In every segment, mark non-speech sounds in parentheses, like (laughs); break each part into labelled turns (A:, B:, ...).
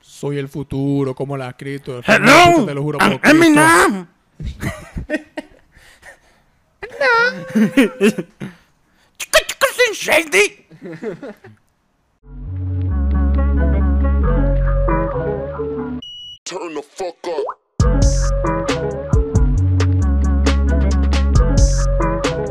A: soy el futuro, como la cripto.
B: Hello,
A: Te lo juro
B: I'm
A: por Cristo.
B: Eminem. Chica, chica, sin shady.
C: Turn the fuck up.
D: (laughs)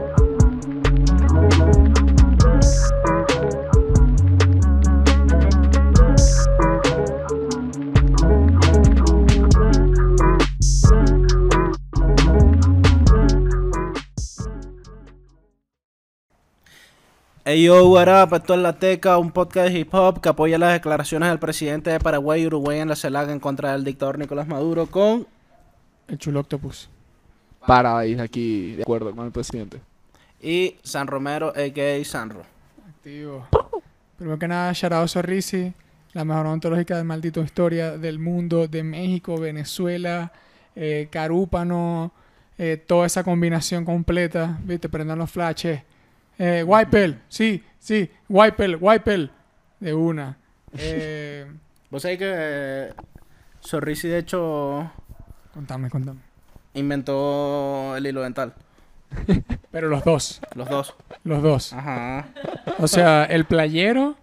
D: Hey yo, what up, esto es La Teca, un podcast de hip hop que apoya las declaraciones del presidente de Paraguay y Uruguay en la CELAC en contra del dictador Nicolás Maduro con...
A: El chulo octopus.
E: para ir aquí de acuerdo con el presidente.
D: y San Romero, a.k.a. Sanro.
A: Activo. Primero que nada, Sharao Sorrisi, la mejor ontológica de maldito historia del mundo, de México, Venezuela, eh, Carúpano, eh, toda esa combinación completa. Viste, prendan los flashes. Eh, Guaypel, sí, sí, Guaypel, Guaypel. De
E: (laughs)
A: una. Eh,
D: Vos sabés que eh, Sorrisi, de hecho,
A: contame, contame.
D: inventó el hilo dental,
A: Pero los dos,
D: los dos.
A: los dos.
D: Ajá.
A: O sea, el playero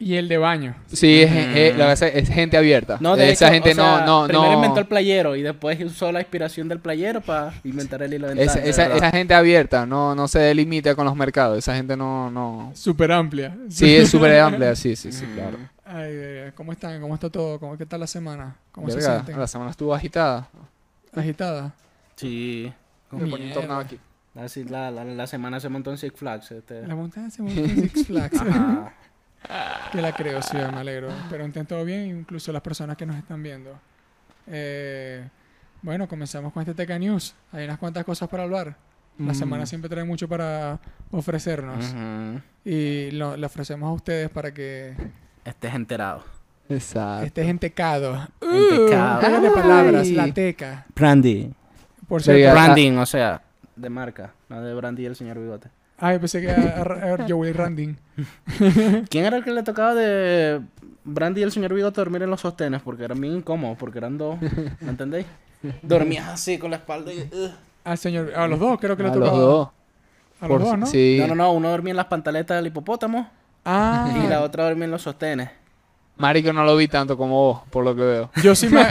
A: y el de baño.
E: Sí, es, es- la verdad es es gente abierta. Esa
D: hecho,
E: gente
D: o sea,
E: no, no,
D: Primero
E: no.
D: inventó el playero y después usó la inspiración del playero para inventar el hilo dental.
E: Esa,
D: de
E: esa-
D: verdad.
E: esa gente abierta no, no se delimita con los mercados. Esa gente no, no.
A: Súper amplia.
E: Sí,
A: (laughs)
E: es súper amplia, sí, sí, sí, claro.
A: Ay, ay, ay, ¿Cómo están? ¿Cómo está todo? ¿Cómo, ¿Qué tal la semana? ¿Cómo se
E: Verga,
A: sienten?
E: la semana estuvo agitada.
A: ¿Agitada?
D: Sí.
E: Me ponía un
A: Mierda.
E: tornado aquí.
D: Así, la, la, la semana se montó en Six Flags. Este.
A: La montaña se montó en Six
E: (laughs)
A: Flags.
D: Ajá.
A: que la creo, sí, me alegro. Pero estén todo bien, incluso las personas que nos están viendo. Eh, bueno, comenzamos con este Teca News. Hay unas cuantas cosas para hablar.
E: Mm.
A: La semana siempre trae mucho para ofrecernos.
D: Ujú.
A: Y lo, le ofrecemos a ustedes para que
D: Estés Este enterado.
E: Exacto.
A: estés entecado.
D: Entecado.
A: Juego de palabras,
E: Ay.
A: Uh, la Teca.
D: Brandy.
A: Por
E: Verga.
A: cierto,
D: Branding, o sea, de marca. No de Brandy y el señor Bigote.
A: ay, pensé que era
E: (laughs)
A: era Joey Randing.
D: ¿Quién era el que le tocaba de Brandy y el señor Bigote dormir en los sostenes? Porque eran bien incómodos, porque eran dos. ¿Me
E: (laughs)
D: entendéis? Dormías así con la espalda y. ugh.
A: Al Ah, señor, a los dos creo que le
E: A
A: tocaba.
E: los dos.
A: A los
E: Por-
A: dos, ¿no?
E: Sí.
D: No, no, no. Uno dormía en las pantaletas del hipopótamo
A: Ah,
D: y la otra dormía en los sostenes.
E: Marico no lo vi tanto como vos, por lo que veo.
A: yo sí
E: (laughs)
A: me...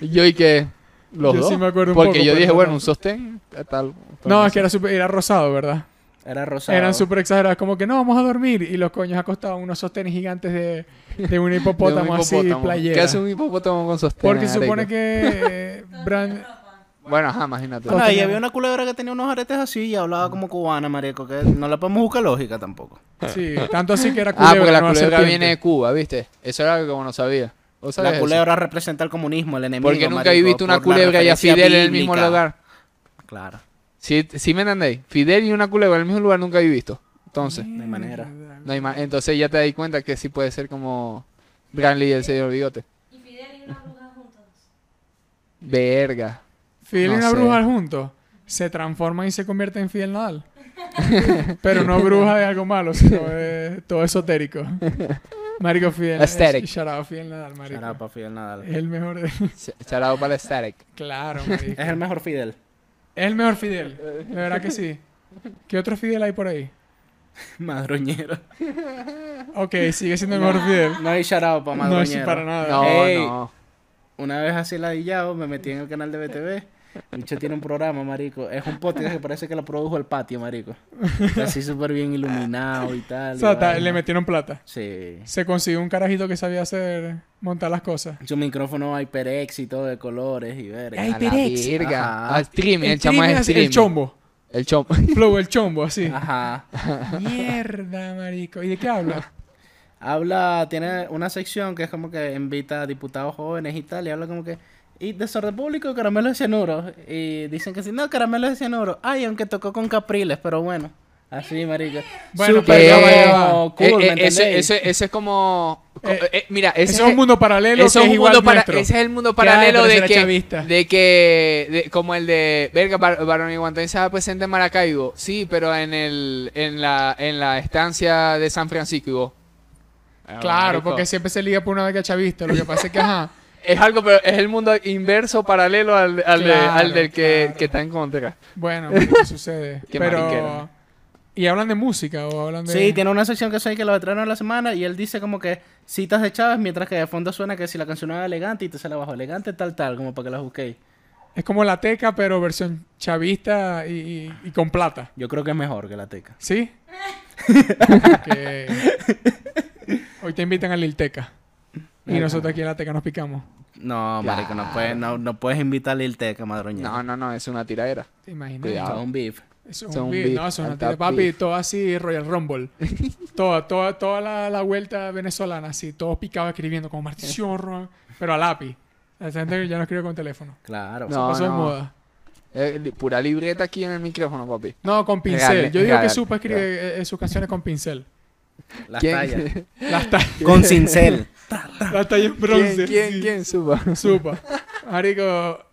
A: (laughs)
E: Yo y que los
A: Yo
E: dos.
A: sí me acuerdo un
E: porque
A: poco,
E: yo dije,
A: pero
E: bueno,
A: no.
E: un sostén, eh, tal.
A: no, es que era, súper- era rosado, ¿verdad?
D: Era rosado.
A: Eran súper exagerados. Como que no, vamos a dormir. Y los coños acostaban unos sostenes gigantes de, de un hipopótamo,
E: (laughs) De un
A: así,
E: hipopótamo.
A: playera.
E: ¿Qué hace un hipopótamo con sostén?
A: Porque se supone
E: marico?
A: que...
E: (laughs)
A: eh, Brand...
E: Bueno, ajá, imagínate.
D: Bueno, ahí
A: tenía-
D: había una culebra que tenía unos aretes así y hablaba como cubana, marico. Que no le podemos buscar lógica tampoco.
A: Sí, tanto así que era culebra.
E: Ah, porque la
A: no
E: culebra
A: serpiente.
E: viene de Cuba, ¿viste? Eso era algo que no sabía. ¿Vos sabías
D: La
E: eso?
D: culebra representa el comunismo, el enemigo.
E: Porque nunca he
D: marico,
E: visto una
D: por la
E: culebra y a
D: referencia
E: Fidel en el mismo
D: bíblica.
E: lugar.
D: Claro,
E: ¿Sí, sí me entendéis? Fidel y una culebra en el mismo lugar nunca he visto. Entonces,
D: de manera.
E: no hay más. Entonces ya te das cuenta que sí puede ser como Branly y el señor Bigote.
F: Y Fidel y una bruja juntos.
E: Verga.
A: Fidel y
E: No
A: una
E: sé.
A: bruja juntos. Se transforman y se convierte en Fidel Nadal. (laughs) Pero no bruja de algo malo, sino de todo
E: (laughs)
A: esotérico. Marico Fidel.
E: Aesthetic.
A: Shout out Fidel Nadal, marico.
D: Shout out pa' Fidel Nadal.
E: Eh.
A: Es el mejor de... (laughs)
E: Ch- Charado para
D: (laughs)
E: el Static.
A: Claro, marico.
D: Es el mejor Fidel. (laughs)
A: Es el mejor Fidel. De verdad que sí. ¿Qué otro Fidel hay por ahí?
D: Madroñero.
A: Ok, sigue siendo
E: (laughs)
A: el mejor Fidel.
D: No hay charao para
A: No
D: madroñero.
A: es para nada.
E: No,
D: Ey.
E: no.
D: Una vez así ladillado, oh, me metí en el canal de BTV. Bicho tiene un programa, marico. Es un podcast que parece que lo produjo el patio, marico. Así súper bien iluminado y tal.
A: O
D: y
A: sea, ta-
D: vaina.
A: le metieron plata.
D: Sí.
A: Se consiguió un carajito que sabía hacer... Montar las cosas.
D: Su micrófono HyperX y todo de colores y ver.
E: A la verga.
D: Ajá.
E: Ah, streaming, el, chamo
A: trim
E: es
A: es
E: streaming.
A: El chombo.
E: El chombo.
A: Flow, el chombo,
E: (laughs)
A: así.
D: Ajá.
A: Mierda, marico. ¿Y de qué habla?
D: Habla, tiene una sección que es como que invita a diputados jóvenes y tal, y habla como que, y desorden público, caramelo de cianuro. Y dicen que sí, no, caramelo de cianuro. Ay, aunque tocó con capriles, pero bueno. Así, marica.
A: Bueno,
D: Súper
A: pero ya va,
D: como
A: ya va.
D: cool, ¿me
E: Eh, eh, ese,
D: entendéis?
E: ese, ese es como. co-
A: Eh,
E: eh, mira, ese,
A: Ese es un mundo paralelo que
E: Eso es
A: es
E: un
A: igual
E: mundo para-
A: nuestro.
E: ese es el mundo
A: Claro,
E: paralelo
A: pero
E: de
A: será
E: que, Ah,
A: chavista.
E: de que de- como el de verga Bar- Barón y Guantánamo estaba presente en Maracaibo sí pero en el en la en la estancia de San Francisco y vos Ah,
A: Claro,
E: marico.
A: porque siempre se liga por una vez que chavista. Lo que pasa es que, ajá.
E: Es algo, pero es el mundo inverso, paralelo al, al, de-
A: Claro,
E: al del que,
A: claro.
E: que está en contra.
A: Bueno, pues, ¿qué sucede?
E: Qué
A: Pero.
E: mariquera.
A: ¿Y hablan de música o hablan de.?
D: Sí, tiene una sección que soy que los veteranos de la semana y él dice como que citas de Chávez mientras que de fondo suena que si la canción era elegante y te sale abajo elegante tal tal, como para que la busquéis.
A: Es como la teca, pero versión chavista y, y- y con plata.
D: Yo creo que es mejor que la teca.
A: ¿Sí? Que- Hoy te invitan a Lil Teca. Y nosotros aquí en la teca nos picamos.
D: No, marico, no puedes, no, no puedes invitar a Lil Teca, madroña.
E: No, no, no, es una tiradera.
A: ¿Te imaginas?
E: Cuidado.
D: Son un beef.
A: Eso es
E: Son
A: un beat,
E: beat,
A: no, eso es una
E: alta
A: tira, papi,
E: beat.
A: todo así, Royal Rumble. (laughs) toda, toda, toda la, la vuelta venezolana, así, todos picados escribiendo como Martín
E: Eh.
A: Zorro, pero a lápiz. La gente ya no escribe con teléfono.
D: Claro.
E: No,
A: Pasó de
E: no.
A: moda.
E: Eh, li- pura libreta aquí en el micrófono, papi.
A: No, con pincel.
E: Real,
A: Yo digo
E: real,
A: que Supa escribe eh, eh, sus canciones con pincel.
D: Las
E: (laughs) ¿Quién-
D: tallas.
A: Las (laughs) tallas
D: Con cincel.
A: las tallas en bronce.
E: ¿Quién, quién,
A: sí.
E: quién suba?
A: Supa. Marico,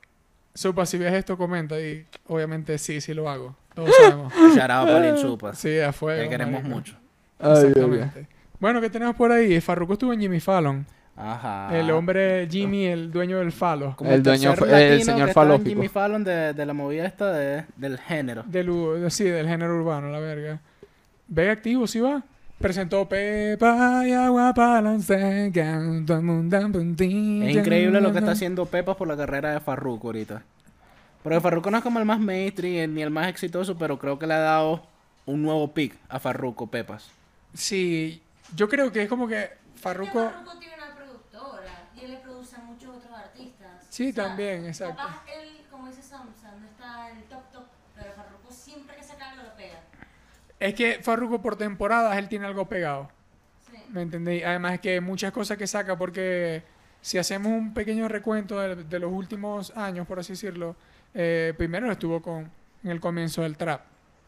A: Supa, si ves esto, comenta. Y obviamente sí, sí lo hago.
E: (laughs)
A: Todos sabemos.
D: Shout out para Lil Supas.
A: Sí, a fuego.
D: que queremos
A: marico.
D: mucho.
E: Ay, Dios mío.
A: Exactamente. Bueno, ¿qué tenemos por ahí? Farruko estuvo en Jimmy Fallon.
D: Ajá.
A: El hombre Jimmy, el dueño del falo.
D: Como
E: El dueño
D: tercer
E: fue- el
D: latino
E: señor
D: que estaba en
E: falópico.
D: Jimmy Fallon de, de la movida esta de- del género.
A: Del, u- de- sí, del género urbano, la verga. Ve activo, sí va. Presentó Pepa y agua balance.
D: Es
A: Es
D: increíble lo que está haciendo Pepa por la carrera de Farruko ahorita. Porque Farruko no es como el más mainstream eh, ni el más exitoso, pero creo que le ha dado un nuevo pick a Farruko, Pepas.
A: Sí, yo creo que es como que Farruko.
F: Farruko tiene una productora y él le produce a muchos otros artistas.
A: Sí, también, exacto.
F: Capaz él, como dice Samsung, no está en el top top, pero Farruko siempre que saca algo lo pega.
A: Es que Farruko por temporadas él tiene algo pegado.
F: Sí.
A: ¿Me entendéis? Además es que hay muchas cosas que saca porque si hacemos un pequeño recuento de, de los últimos años, por así decirlo, eh, primero estuvo con en el comienzo del trap.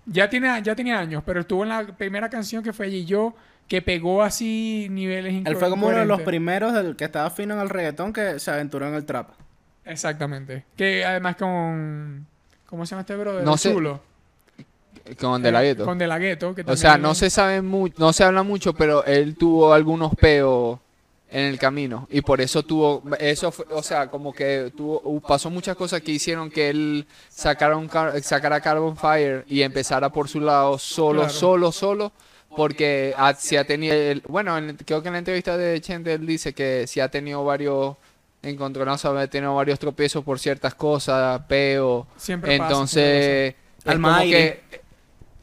A: Ya tiene ya tenía años, pero estuvo en la primera canción que fue allí yo que pegó así niveles
D: Él fue como uno de los
A: incoherentes.
D: primeros del que estaba fino en el reggaetón que se aventuró en el trap.
A: Exactamente. Que además con ¿cómo se llama este brother?
E: No
A: El
E: sé,
A: Zulo.
E: Con
A: Eh,
E: De La Ghetto.
A: Con De La Ghetto, que
E: O
A: también
E: sea,
A: algo-
E: no se sabe mucho, no se habla mucho, pero él tuvo algunos peos en el camino y por eso tuvo eso fue- o sea, como que tuvo u- pasó muchas cosas que hicieron que él sacara un car- sacara Carbon Fire y empezara por su lado solo,
A: Claro.
E: solo, solo porque ha- si ha tenido el- bueno, en- creo que en la entrevista de Chente él dice que si ha tenido varios encontronazos, ha tenido varios tropiezos por ciertas cosas, peos.
A: Siempre pasa, siempre
E: Entonces, es como
D: Almighty.
E: que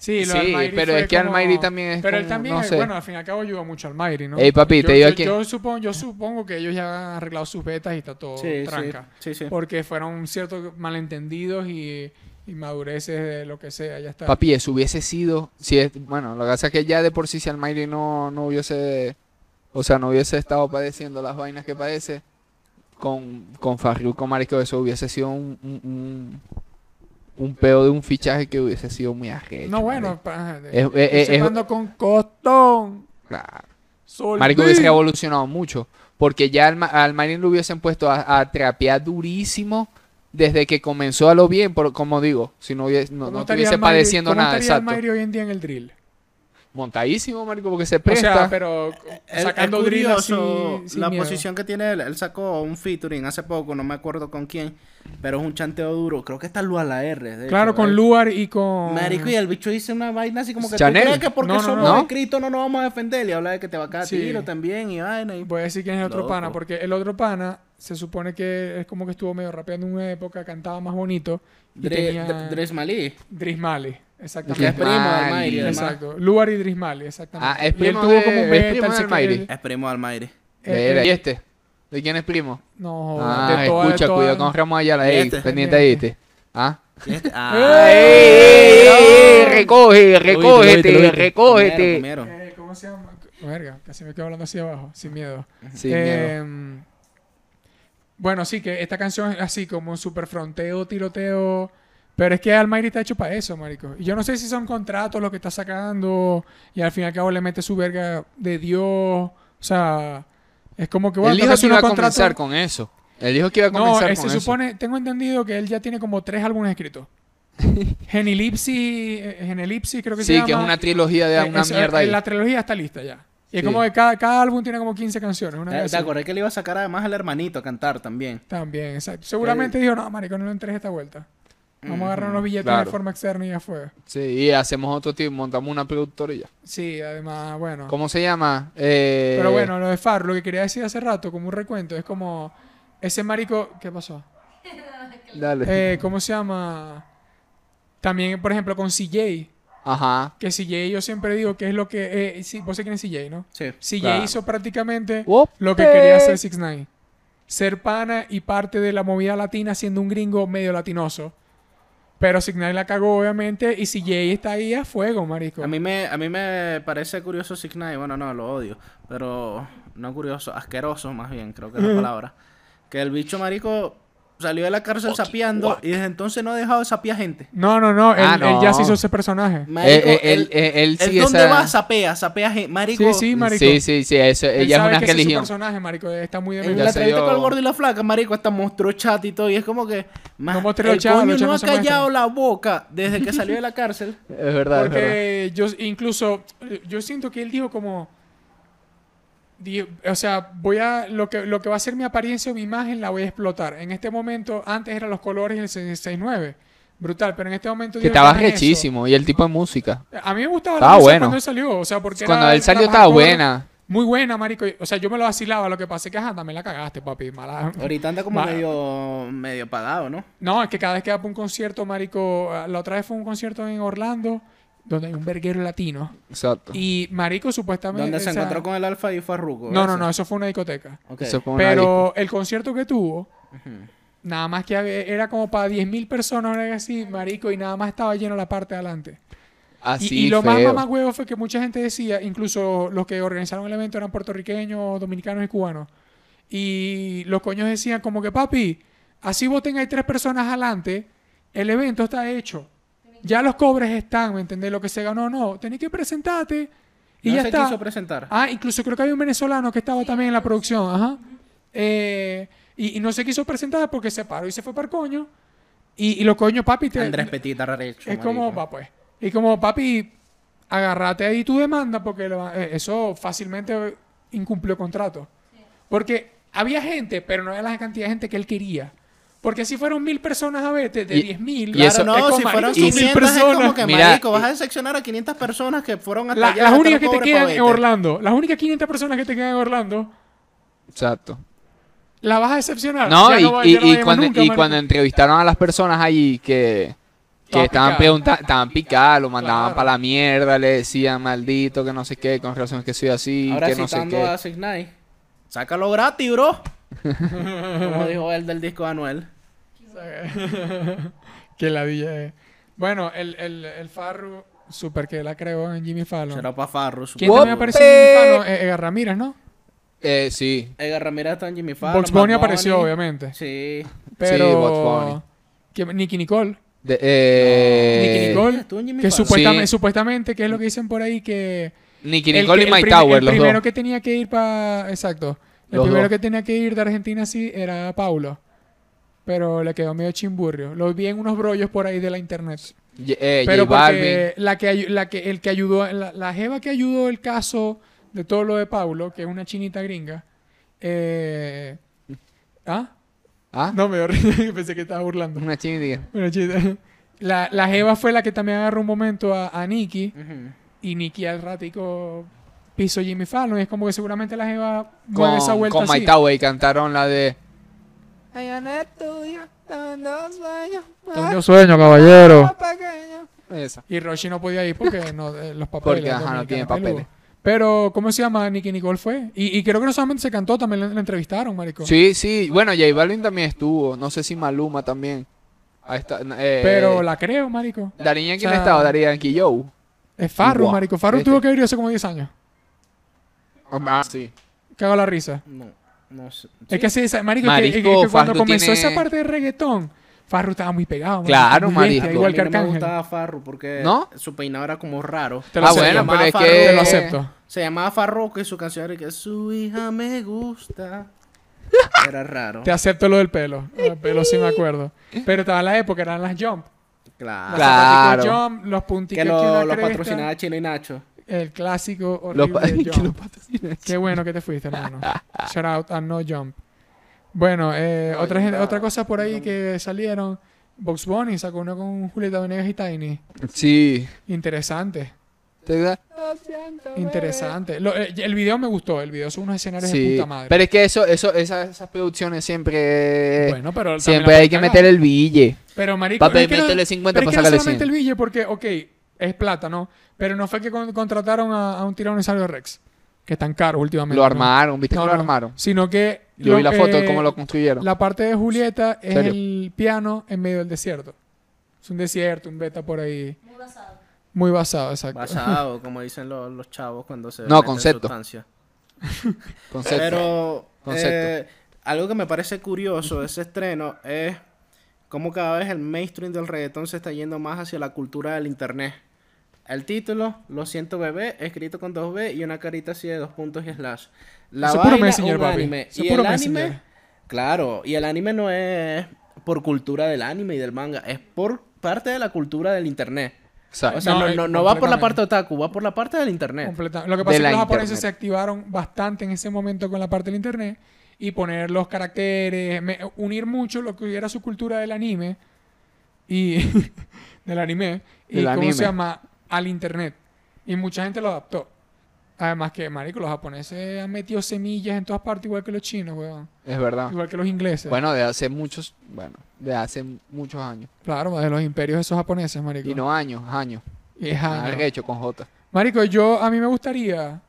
A: Sí, lo de
E: Sí,
A: Almighty
E: pero
A: fue
E: es que
A: como-
E: Almighty también es
A: Pero él
E: como-
A: también,
E: no sé.
A: bueno, al fin y al cabo ayuda mucho al Almighty, ¿no?
E: Ey, papi, te
A: Yo-
E: digo
A: yo,
E: aquí-
A: yo supongo, yo supongo que ellos ya han arreglado sus betas y está todo
D: Sí, sí,
A: tranca.
D: sí, sí.
A: Porque fueron ciertos malentendidos y inmadureces de lo que sea, ya está.
E: Papi, eso hubiese sido, si es, bueno, lo que pasa es que ya de por sí si Almighty no, no hubiese, o sea, no hubiese estado padeciendo las vainas que padece, con, con Farruko, marico, eso hubiese sido un, un, un, un peo de un fichaje que hubiese sido muy arrecho.
A: no, bueno,
E: marico.
A: pa-
E: Es- es- es- es-
A: participando con Costón.
E: Claro.
A: Sol
E: Marico
A: Beat.
E: hubiese evolucionado mucho. Porque ya al, Ma- al Marín lo hubiesen puesto a, a trapear durísimo desde que comenzó a lo bien, por, como digo, si no, hubiese, no,
A: ¿Cómo
E: no
A: estaría
E: estuviese
A: Almighty-
E: padeciendo
A: cómo
E: nada,
A: estaría
E: exacto.
A: Almighty hoy en día en el drill?
E: Montadísimo, marico, porque se
A: O
E: presta.
A: sea, pero
D: Es-
A: sacando
D: es
A: drill así,
D: curioso
A: sin
D: la
A: miedo.
D: posición que tiene él. Él sacó un featuring hace poco, no me acuerdo con quién, pero es un chanteo duro. Creo que está Lua la R. de
A: Claro,
D: hecho,
A: con
D: él-
A: Luar y con...
D: Marico, y el bicho dice una vaina así como que
E: Chanel.
D: tú crees que porque
A: No, no,
D: somos
A: no.
D: de Cristo no nos vamos a defender. Y habla de que te va a caer
A: Sí.
D: tiro también y vaina. Y...
A: Voy a decir quién es el otro
D: Loco.
A: pana, porque el otro pana se supone que es como que estuvo medio rapeando en una época, cantaba más bonito. Y
D: Dre-
A: tenía
D: Dre- Dres Malí,
A: Dris Mali,
D: que es
A: exactamente.
D: primo de
E: Mali.
D: Almairi. además.
A: Exacto, Luar y Dris Mali, exactamente.
E: Ah, es
A: y él
E: primo
A: tuvo
E: de-
A: como un
E: es
A: beta,
E: primo de
A: así que
E: Almighty.
A: él-
D: Es primo de Almairi.
A: eh,
E: Verga,
A: eh,
E: ¿Y este? ¿De quién es primo?
A: No,
E: Ah,
A: de toda, de
E: escucha,
A: toda-
E: cuidado con Ramos Ayala,
D: Y
E: ey,
D: este.
E: pendiente de este. ¿Ah?
A: (laughs)
D: Ah,
E: ¡Ey, ey, ey, recoge, recógete,
D: Lo viste, lo viste.
E: recógete!
D: Comieron, comieron.
A: Eh, ¿Cómo se llama? Verga, casi me quedo hablando así abajo, sin miedo.
E: Sí, miedo.
A: Eh, Bueno, sí, que esta canción es así como super fronteo, tiroteo. Pero es que Almighty está hecho para eso, marico. Y yo no sé si son contratos los que está sacando y al fin y al cabo le mete su verga de Dios. O sea, es como que bueno,
E: Él
A: tengo
E: dijo que
A: hacer
E: iba a
A: unos contratos.
E: comenzar con eso. Él dijo que iba a
A: No,
E: comenzar
A: eh,
E: con
A: se
E: eso.
A: supone, tengo entendido que él ya tiene como tres álbumes
E: (laughs)
A: escritos. Genilipsis, eh, Genelipsis creo que se
E: Sí,
A: llama.
E: que es una trilogía de
A: Eh,
E: una
A: eso,
E: mierda
A: eh,
E: ahí.
A: La trilogía está lista ya. Y es
E: Sí.
A: como que cada, cada álbum tiene como 15 canciones. Una
D: Eh, Te-
A: vez
D: Te acordé que le iba a sacar además al hermanito a cantar también.
A: También, exacto.
E: Eh,
A: Seguramente dijo, no, marico, no lo entres esta vuelta. Vamos a agarrar unos billetes de
E: claro.
A: forma externa y ya fue.
E: Sí, y hacemos otro tipo, montamos una productora y ya.
A: Sí, además, bueno.
E: ¿Cómo se llama? Eh,
A: Ah. Pero bueno, lo de Far, lo que quería decir hace rato, como un recuento, es como ese marico, ¿qué pasó?
E: Dale.
A: Eh, ¿Cómo se llama? También, por ejemplo, con CJ,
E: Ajá.
A: que CJ yo siempre digo que es lo que... Eh, sí, vos sé quién es CJ, ¿no?
D: Sí.
A: CJ
E: Claro.
A: hizo prácticamente
E: Ope.
A: lo que quería hacer 6ix9ine. Ser pana y parte de la movida latina siendo un gringo medio latinoso. Pero 6ix9ine la cagó, obviamente, y CJ está ahí a fuego, marico.
D: A mí me, a mí me parece curioso Signai, bueno, no, lo odio, pero no curioso, asqueroso más bien, creo que es la palabra. Que el bicho marico salió de la cárcel sapeando y desde entonces no ha dejado de sapear gente.
A: No, no, no, él,
E: Ah,
A: él ya se
E: no.
A: hizo ese personaje.
D: Marico,
E: Eh, eh, él,
D: él,
E: eh, él
D: él
E: sigue
D: ¿Dónde
E: esa-
D: va? Sapea, sapea gente. Marico,
A: Sí, sí, marico.
E: Sí, sí, sí, eso,
A: Él
E: ella es
A: sabe
E: una
A: que ese
E: religión.
A: Es su personaje, marico, está muy de
D: En la
E: Ya
A: mente.
E: sé
D: entrevista
E: yo.
D: con el gordo y la flaca, marico, hasta mostró chat y todo. Y es como que. ma,
A: No mostró
D: el
A: chat,
D: coño
A: los chats
D: no
A: no
D: ha
A: se
D: callado
A: muestran.
D: la boca desde que salió de la cárcel.
A: (laughs)
E: Es verdad, es verdad.
A: Porque yo incluso, yo siento que él dijo como, di- o sea, voy a, lo que, lo que va a ser mi apariencia o mi imagen la voy a explotar. En este momento, antes eran los colores del 669. Brutal, pero en este momento...
E: Que
A: dijo,
E: estaba
A: "No es eso".
E: rechísimo. Y el tipo de música.
A: A mí me gustaba la
E: Estaba
A: música
E: bueno.
A: cuando él salió, o sea, porque
E: Cuando
A: era-
E: él salió
A: era
E: estaba
A: hardcore,
E: buena.
A: Muy buena, marico. y- O sea, yo me lo vacilaba, lo que pasa es que, ajá, también la cagaste, papi. Mala,
D: Ahorita anda como
A: Ma-
D: medio, medio apagado, ¿no?
A: No, es que cada vez que va para un concierto, marico, ah, la otra vez fue un concierto en Orlando donde hay un verguero latino.
E: Exacto.
A: Y marico supuestamente...
D: Donde se
A: o sea,
D: encontró con el alfa y fue a Ruco.
A: No, no,
D: ese.
A: no, eso fue una discoteca.
D: Ok.
E: Eso fue una disco.
A: Pero el concierto que tuvo, nada más que había- era como para 10.000 personas, una vez así, marico, y nada más estaba lleno la parte de adelante. Y-
E: Así
A: y, lo más
E: feo.
A: mamagüevo fue que mucha gente decía, incluso los que organizaron el evento eran puertorriqueños, dominicanos y cubanos. Y los coños decían como que, papi, así voten hay tres personas adelante, el evento está hecho. Ya los cobres están, ¿me entendés? Lo que se ganó, no. Tenés que presentarte y
D: No
A: ya
D: se
A: está.
D: quiso presentar.
A: Ah, incluso creo que había un venezolano que estaba también en la producción, ajá. Eh, y, y no se quiso presentar porque se paró y se fue para el coño. Y, y los coños, papi, te,
D: Andrés Petita Rarecho.
A: es como,
D: marico.
A: va pues. Y como, papi, agárrate ahí tu demanda porque lo- eh, eso fácilmente incumplió contrato. Porque había gente, pero no era la cantidad de gente que él quería. Porque si fueron mil personas a verte, de
E: Y-
A: diez mil.
E: y eso-
D: Claro,
A: es
D: no,
A: como,
D: si
A: marico,
D: fueron
A: son mil
D: 500 es como que,
E: Mira,
D: marico, vas
E: y-
D: a decepcionar a 500 personas que fueron hasta
A: La-
D: allá.
A: las
D: hasta
A: únicas
D: los
A: que te
D: pobres
A: quedan
D: pavetes.
A: en Orlando, las únicas 500 personas que te quedan en Orlando,
E: Exacto.
A: la vas a (laughs) decepcionar.
E: No,
A: Ya va-
E: y, y-
A: ya no va
E: y
A: a ir más
E: cuando,
A: nunca,
E: y
A: marico. (laughs)
E: cuando entrevistaron a las personas allí que, que
A: Estaban
E: estaban
A: picadas.
E: preguntando, estaban picadas, lo mandaban
A: Claro.
E: para la mierda, le decían maldito, que no sé qué, con razón es que soy así,
D: Ahora
E: que no sé
D: citando
E: qué.
D: a Signai, sácalo gratis,
E: (laughs)
D: bro. como dijo él del disco de Anuel.
A: que la es. eh. Bueno, el, el, el Farru, super que la creó en Jimmy Fallon.
D: Será para Farro.
A: ¿Quién
E: Guapo.
A: también apareció en Jimmy Fallon? Eh, Edgar Ramírez, ¿no?
E: Eh, sí,
D: Edgar Ramírez está en Jimmy Fallon.
A: Box Bunny
D: Bad
A: apareció,
D: Bunny.
A: obviamente.
D: Sí.
A: Pero...
E: Sí, Bugs Bunny.
A: que Nicky Nicole.
E: de- eh,
A: Nicky Nicole.
D: Estuvo en Jimmy
A: Que
D: Fallon.
A: supuestam-
E: Sí.
A: supuestamente, que es lo que dicen por ahí, que...
E: Nicky
A: el
E: Nicole
A: que-
E: y
A: el
E: Mike
A: prim-
E: Tower,
A: El
E: los
A: primero
E: dos.
A: que tenía que ir para... Exacto. El
E: Los
A: primero
E: dos.
A: que tenía que ir de Argentina, sí, era Paulo. Pero le quedó medio chimburrio. Lo vi en unos brollos por ahí de la internet.
E: Y- eh,
A: Pero
E: J Balvin.
A: porque la que, ayu- la que el que ayudó, la, la jeva que ayudó el caso de todo lo de Pablo, que es una chinita gringa, eh, ¿ah?
E: Ah,
A: No, me dio risa, (laughs) pensé que estaba burlando.
E: una chinita.
A: Una chinita. La, la jeva fue la que también agarró un momento a, a Nicky,
D: Ujú.
A: y Nicky al ratico piso Jimmy Fallon, y es como que seguramente la jeva mueve esa
E: Con,
A: vuelta
E: con
A: así.
E: Mike Tower y cantaron la de...
A: Tengo sueño, caballero.
E: Esa.
A: Y Roshi no podía ir porque no, eh, los papeles.
E: Porque, ajá, no
A: dominicanos
E: tiene
A: peludos.
E: papeles.
A: Pero, ¿cómo se llama? Nicky Nicole fue. Y, y creo que no solamente se cantó, también la, la entrevistaron, marico.
E: Sí, sí. Bueno, J Balvin también estuvo. No sé si Maluma también. Ahí está. eh,
A: Pero la creo, marico.
E: Daddy Yankee
A: o
E: no
A: sea-
E: estaba, Daddy Yankee Joe.
A: Es Farru,
E: Guau,
A: marico. Farru
E: este.
A: tuvo que venir hace como 10 años.
E: Ah, sí.
A: Cago la risa.
D: No, no sé.
A: Es que así, esa- marico, es que- es que,
E: Marico,
A: cuando
E: Farru
A: comenzó
E: tiene-
A: esa parte de reggaetón, Farru estaba muy pegado.
E: Claro,
A: muy bestia,
E: marico.
A: Igual que
D: a mí no me
A: Arcángel.
D: gustaba Farro porque
E: ¿No?
D: su peinado era como raro.
A: Te lo
E: ah,
A: acepto.
E: bueno, pero
D: Llamaba
E: es que...
D: Farruko.
A: Te lo acepto.
D: Se llamaba Farroco y su canción era que su hija
A: (laughs)
D: me gusta. Era raro.
A: Te acepto lo del pelo. El pelo sí me
E: (laughs)
A: acuerdo. Pero estaba en la época, eran las jump. Las
D: Claro.
E: Claro.
A: zapaticas jump, los puntitos
D: Que
A: aquí,
D: lo,
A: una
D: lo
A: cresta.
D: patrocinaba Chino y Nacho.
A: El clásico
E: Los
A: horrible
E: pa-
A: (laughs)
E: (laughs)
A: de
E: que los
A: Jump.
E: patrocinios.
A: Qué bueno que te
E: (laughs)
A: fuiste, hermano. Shout out a No Jump. Bueno, eh,
E: No
A: otra, gente-
E: Jump.
A: otra cosa por ahí que salieron. Box Bunny sacó uno con Julieta Venegas y Tiny.
E: Sí.
A: Interesante,
E: Te da-
A: interesante. Lo- eh, el video me gustó, el video son unos escenarios de
E: Sí.
A: puta madre.
E: Pero es que eso, eso, esas, esas producciones siempre.
A: bueno, pero también
E: siempre
A: la
E: hay que
A: pueden
E: meter
A: cagar.
E: el billete.
A: Pero marico,
E: Papi,
A: es que no-
E: métele 50
A: pero es
E: para
A: que no
E: sacarle
A: solamente
E: 100.
A: el billete porque, ok, es plata, ¿no? Pero no fue que con- contrataron a, a un tiranosaurio Rex, que tan caro últimamente.
E: Lo
A: ¿no?
E: armaron, ¿viste
A: No,
E: que lo
A: no,
E: armaron?
A: Sino que...
E: Yo vi la foto de
A: eh,
E: cómo lo construyeron.
A: La parte de Julieta es
E: ¿Serio?
A: el piano en medio del desierto. Es un desierto, un beta por ahí.
F: Muy basado.
A: Muy basado, exacto.
D: Basado, como dicen los, los chavos cuando se.
E: No,
D: meten
E: concepto.
D: sustancias.
E: Concepto.
D: Pero
E: Concepto.
D: eh, algo que me parece curioso de ese estreno es cómo cada vez el mainstream del reggaetón se está yendo más hacia la cultura del internet. El título, Lo siento bebé, escrito con dos B y una carita así de dos puntos y slash. La
A: Eso es puro
D: vaina,
A: Messenger,
D: un
A: papi.
D: anime.
A: Eso es
D: y
A: puro
D: el anime,
A: Messenger.
D: claro, y el anime no es por cultura del anime y del manga, es por parte de la cultura del internet.
E: Exacto.
D: O sea,
A: No,
D: no,
A: eh,
D: no- no va por la
A: completamente.
D: parte otaku, va por la parte del internet.
A: Completa- Lo que
E: De
A: pasa es que
E: la
A: los japoneses
E: internet.
A: se activaron bastante en ese momento con la parte del internet y poner los caracteres, me- unir mucho lo que era su cultura del anime y (laughs) del anime y
E: Del
A: cómo
E: anime.
A: se llama al internet y mucha gente lo adaptó. Además que marico, los japoneses han metido semillas en todas partes igual que los chinos, weón.
E: es verdad.
A: Igual que los ingleses.
E: Ah. Bueno, de hace muchos. Bueno, de hace muchos años.
A: Claro, de los imperios esos japoneses, marico.
E: Y no años, años.
A: Y es año.
E: Arrecho con J.
A: Marico, yo a mí me gustaría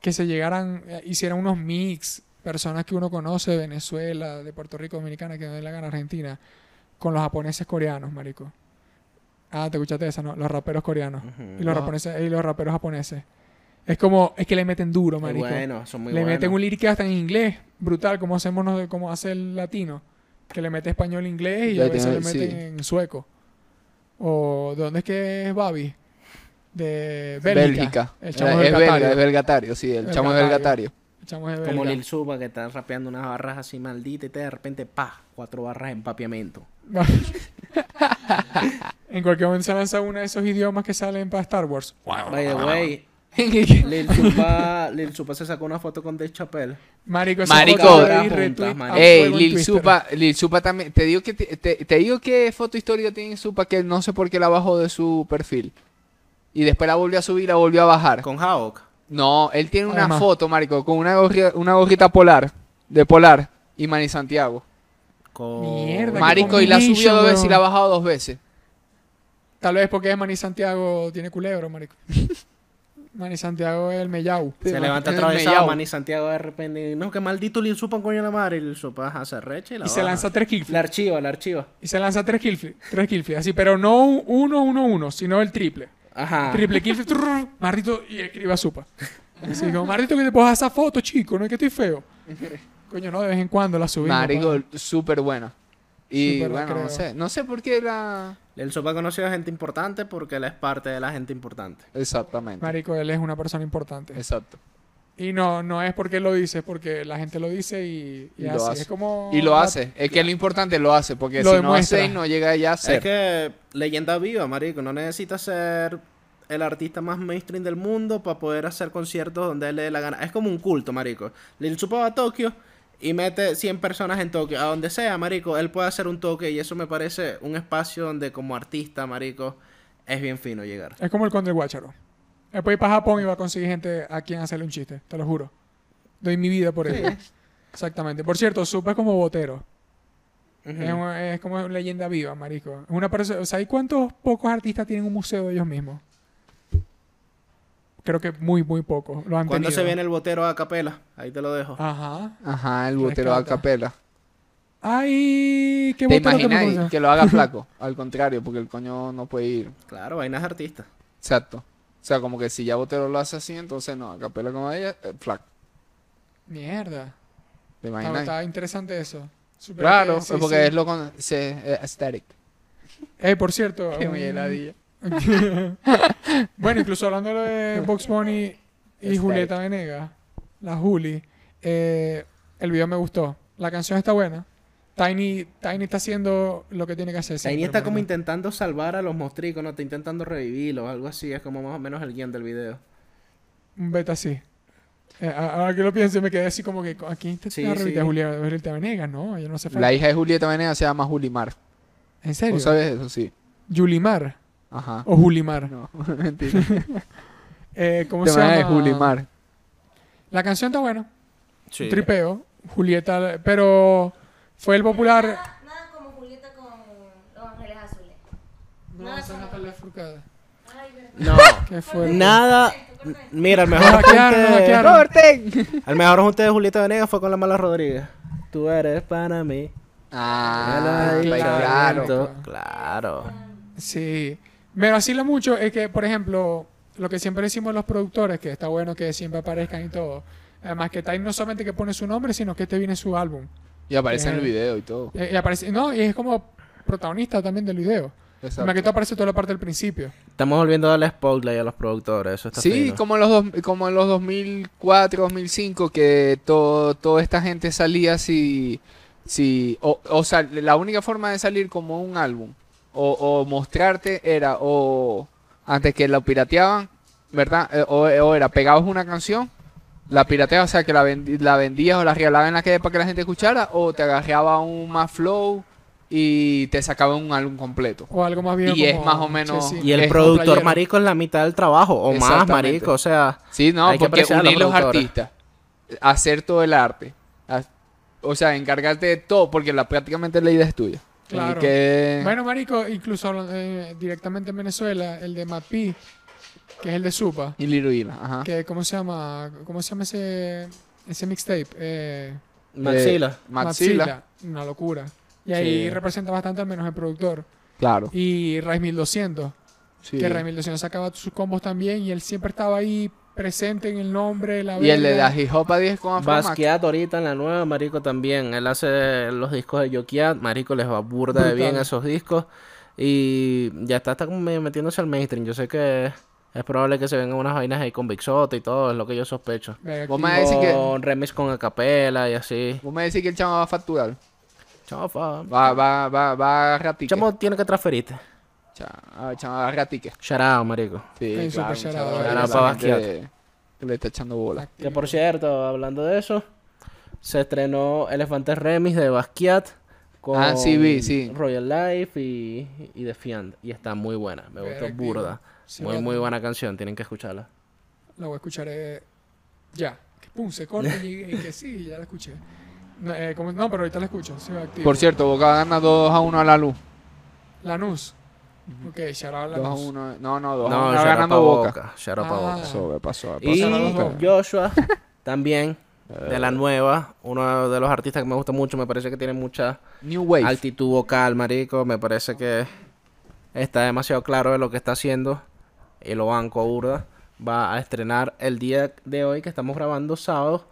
A: que se llegaran, eh, hicieran unos mix, personas que uno conoce de Venezuela, de Puerto Rico, Dominicana, que no la gana Argentina, con los japoneses coreanos, marico. Ah, te escuchaste esa, ¿no? Los raperos coreanos. Y los
E: Ah.
A: japoneses, y los raperos japoneses. Es como, es que le meten duro,
D: Muy
A: marico.
D: bueno, son muy
A: le
D: buenos.
A: meten un lírico hasta en inglés, brutal, como hacemos nos- como hace el latino, que le mete español e inglés y
E: Ya
A: a veces
E: tiene-
A: le meten
E: sí.
A: en sueco. O ¿dónde es que es Babi? De Bélgica.
E: Bélgica.
A: El
E: Es
A: chamo es
E: es
A: Catario.
E: belga, es belgatario, sí. El chamo es
A: Belgatario.
E: belgatario.
A: El chamo es de
D: Como
A: Bélgica.
D: Lil Supa que está rapeando unas barras así malditas y te de repente, pa, cuatro barras en papiamento.
A: (laughs) en cualquier momento se lanza uno de esos idiomas que salen para Star Wars.
D: By
A: (laughs)
D: the way, Lil Supa, Lil Supa se sacó una foto con Dave Chappelle.
A: Marico, esa
E: Marico.
A: foto de ahí,
D: Juntas,
A: retweet
D: man.
A: a
E: Ey,
A: fuego en
E: Lil
A: Twitter.
E: Supa, Lil Supa también. Te digo que te, te- te digo que foto histórica tiene Supa que no sé por qué la bajó de su perfil. Y después la volvió a subir, la volvió a bajar.
D: Con Hawk.
E: No, él tiene una
A: Además.
E: foto, marico, con una gorrita, una gorrita polar, de polar, y Manny Santiago.
D: Con...
A: Mierda,
E: Marico, y la subió
A: combination,
E: dos veces y la ha
A: weón.
E: bajado dos veces.
A: Tal vez porque es Manny Santiago tiene culebro, marico. (laughs) Manny Santiago es el mellau.
D: Se levanta
E: en el
D: atravesado
E: Mellao.
D: Manny Santiago de repente. y, No, que maldito Lil Supa, coño de la madre. Y Lil Supa ajá, se recha y la
A: Y se
D: baja.
A: lanza tres kickflips.
D: La archiva, la archiva.
A: Y se lanza tres kickflips. Tres kickflips. Así, pero no un- uno, uno, uno, sino el triple.
E: Ah.
D: Ajá.
A: Triple kickflip. trrr, Marrito y escriba supa. Así como, Marrito, que te pongas esa foto, chico. No es que estoy feo. Coño, no, de vez en cuando la subimos.
E: Marico,
A: pa.
E: súper buena. Y
A: Súper,
E: bueno,
A: creo.
E: no sé, no sé por qué la...
D: Lil Supa ha conocido a gente importante porque él es parte de la gente importante.
E: Exactamente,
A: Marico, él es una persona importante.
E: exacto.
A: Y no, no es porque él lo dice, es porque la gente lo dice y, y
E: Y lo
A: así.
E: hace.
A: Es como...
E: Y lo hace, es que lo importante lo hace, porque
A: Lo
E: si no hace
A: demuestra.
E: y no llega ya a
D: Es
E: ser.
D: que leyenda viva, marico. No necesita ser el artista más mainstream del mundo para poder hacer conciertos donde él le dé la gana. Es como un culto, marico. Lil Supa va a Tokio y mete 100 personas en Tokio. A donde sea, marico, él puede hacer un toque y eso me parece un espacio donde como artista, marico, es bien fino llegar.
A: Es como el conde del guácharo. Él puede ir para Japón y va a conseguir gente a quien hacerle un chiste, te lo juro. Doy mi vida por eso. Exactamente. Por cierto, Supa es como Botero. es, un- es como una leyenda viva, marico. Es una persona... O sea, ¿y cuántos pocos artistas tienen un museo de ellos mismos? Creo que muy, muy pocos. Lo han
D: Cuando se
A: tenido.
D: viene el botero a capela, ahí te lo dejo.
A: Ah. Ajá.
E: Ajá, el botero a
A: Rescata.
E: capela.
A: Ay, qué
E: ¿Te
A: Botero que me
E: imaginas
A: gusta.
E: que lo haga flaco? Al contrario, porque el coño no puede ir.
D: Claro, vainas de artista.
E: Exacto. O sea, como que si ya Botero lo hace así, entonces no, a capela como ella, eh, flaco.
A: Mierda. Está,
E: ¿Te imaginas?
A: está interesante eso. Súper
E: Claro, pues
A: que- sí,
E: porque
A: sí.
E: es lo con... Se, eh, aesthetic.
A: Eh, por cierto.
E: (laughs) Qué
A: un-
E: muy heladilla.
A: bueno, incluso hablando de Box Bunny y
E: Aesthetic.
A: Julieta Venegas, la Juli, eh, el video me gustó. La canción está buena. Tiny, Tiny está haciendo lo que tiene que hacer.
D: Tiny
A: siempre,
D: está como
A: mano.
D: intentando salvar a los mostricos, ¿no? Está intentando revivirlos, algo así. Es como más o menos el guión del video.
A: Un beta así. Eh, a- ahora que lo pienso, me quedé así como que ¿a quién te
D: Sí,
A: está
D: sí.
A: Julieta Julia Julieta Venegas? No, ella no hace falta.
E: La hija de Julieta Venegas se llama Julimar.
A: ¿En
E: ¿Tú
A: serio?
E: sabes eso? Sí.
A: ¿Yulimar?
E: Ajá.
A: ¿O
D: (laughs)
A: Julimar?
E: No, mentira.
A: (laughs) Eh, ¿Cómo
E: Te
D: Este
A: se
E: van a
A: llama?
E: de Julimar.
A: La canción está buena.
D: Sí.
A: Tripeo. Julieta, pero fue el popular.
F: Nada, nada como Julieta con Los Ángeles Azules.
A: No, esa es Natalia Furcada.
F: Ay, verdad.
B: No.
A: (laughs)
E: Ah,
A: ¿Qué fue?
D: Nada. Mira, el
A: No
D: mejor
A: la
D: junte,
A: aclaro, no la aclaro.
D: el mejor junte de Julieta Venegas fue con la mala Rodríguez. Tú eres para mí.
E: Ah,
D: Ay,
E: claro.
D: claro. Claro.
A: Sí. Me vacila mucho es que, por ejemplo, lo que siempre decimos los productores, que está bueno que siempre aparezcan y todo. Además que Time no solamente que pone su nombre, sino que este viene su álbum.
E: Y aparece en el
A: Eh.
E: video y todo.
A: Eh, y aparece, no, y es como protagonista también del video.
E: Exacto.
A: Además que esto aparece toda la parte del principio.
D: Estamos volviendo a darle spotlight a los productores. Eso está
E: Sí,
D: fino.
E: como en los dos, como en los 2004, 2005 que todo toda esta gente salía si si o, o sea, la única forma de salir como un álbum o, o mostrarte era o antes que la pirateaban, ¿verdad? Eh, O, o era pegabas una canción la pirateabas, o sea, que la, vendi- la vendías o la regalabas en la calle para que la gente escuchara, o te agarraba un más flow y te sacaba un álbum completo.
A: O algo más bien.
E: Y es más o menos-
D: Y el
E: es un
D: productor
E: playero.
D: marico es la mitad del trabajo. O más
E: Exactamente. Eh,
D: marico. O sea,
E: Sí, no,
D: Hay que
E: porque
D: apreciar a los
E: unir los
D: productores.
E: artistas, hacer todo el arte, ha- o sea, encargarte de todo, porque la, prácticamente la idea es tuya. Tienes
A: Claro.
E: que-
A: Bueno, Marico, incluso eh, directamente en Venezuela, el de Mapi, que es el de Supa,
E: Y Little Ila, ajá.
A: que ¿cómo se llama? ¿Cómo se llama ese, ese mixtape? Eh,
D: Maxila.
E: Maxila,
A: Una locura. Y ahí
D: Sí.
A: representa bastante al menos el productor.
E: claro.
A: Y Ray 1200,
E: sí.
A: que Ray 1200 sacaba sus combos también y él siempre estaba ahí presente en el nombre, la
E: Y el de
A: verga.
E: la hip hop a 10 con Afromax.
D: Basquiat ahorita en la nueva, marico también. Él hace los discos de Yokiat, marico les va burda de bien
A: Brutal.
D: esos discos. Y ya está, está como medio metiéndose al mainstream. Yo sé que es probable que se vengan unas vainas ahí con Big Soto y todo, es lo que yo sospecho.
A: Verga,
E: Vos
A: tío.
E: me decís que,
D: Con remix con acapela y así.
E: vos me decís que el chamo va a facturar.
D: Chofa.
E: Va, va, va, va a ratique.
D: Chamo tiene que transferirte.
E: Cha- ah, el chamo va a ratique.
D: Shout out, marico.
E: Sí,
A: Sí,
E: claro.
A: súper
E: un
A: charado.
D: Charado
E: chamo que
D: para
E: la gente Que le está echando bola.
D: Que por cierto, hablando de eso, se estrenó Elefantes Remix de Basquiat con
E: Ah, sí, vi, sí.
D: Royal Life y, y Defiant. Y está muy buena, me gustó
A: Verga,
D: burda.
A: Sí,
D: Muy,
A: vale.
D: muy buena canción, tienen que escucharla.
A: La voy a escuchar eh, ya. Que pum, se corta y, y que sí, ya la escuché. No, eh, como- no, pero ahorita la escucho. Sí, activo.
E: Por cierto, Boca gana 2 a 1 a la luz.
A: Lanús. Ok, shout out
E: 2 a
A: Lanús.
E: 1. No, no, 2 a
D: No,
E: 1.
D: shout out pa'
E: ganando Boca.
D: Boca. shout out pa'
A: Ah.
D: Boca.
E: Sobre, pasó, pasó.
D: Y
A: a los dos.
D: Joshua también, de
E: Eh.
D: la nueva, uno de los artistas que me gusta mucho, me parece que tiene mucha
E: New Wave.
D: altitud vocal, marico. Me parece que está demasiado claro de lo que está haciendo. Y lo banco a burda. Va a estrenar el día de hoy que estamos grabando sábado.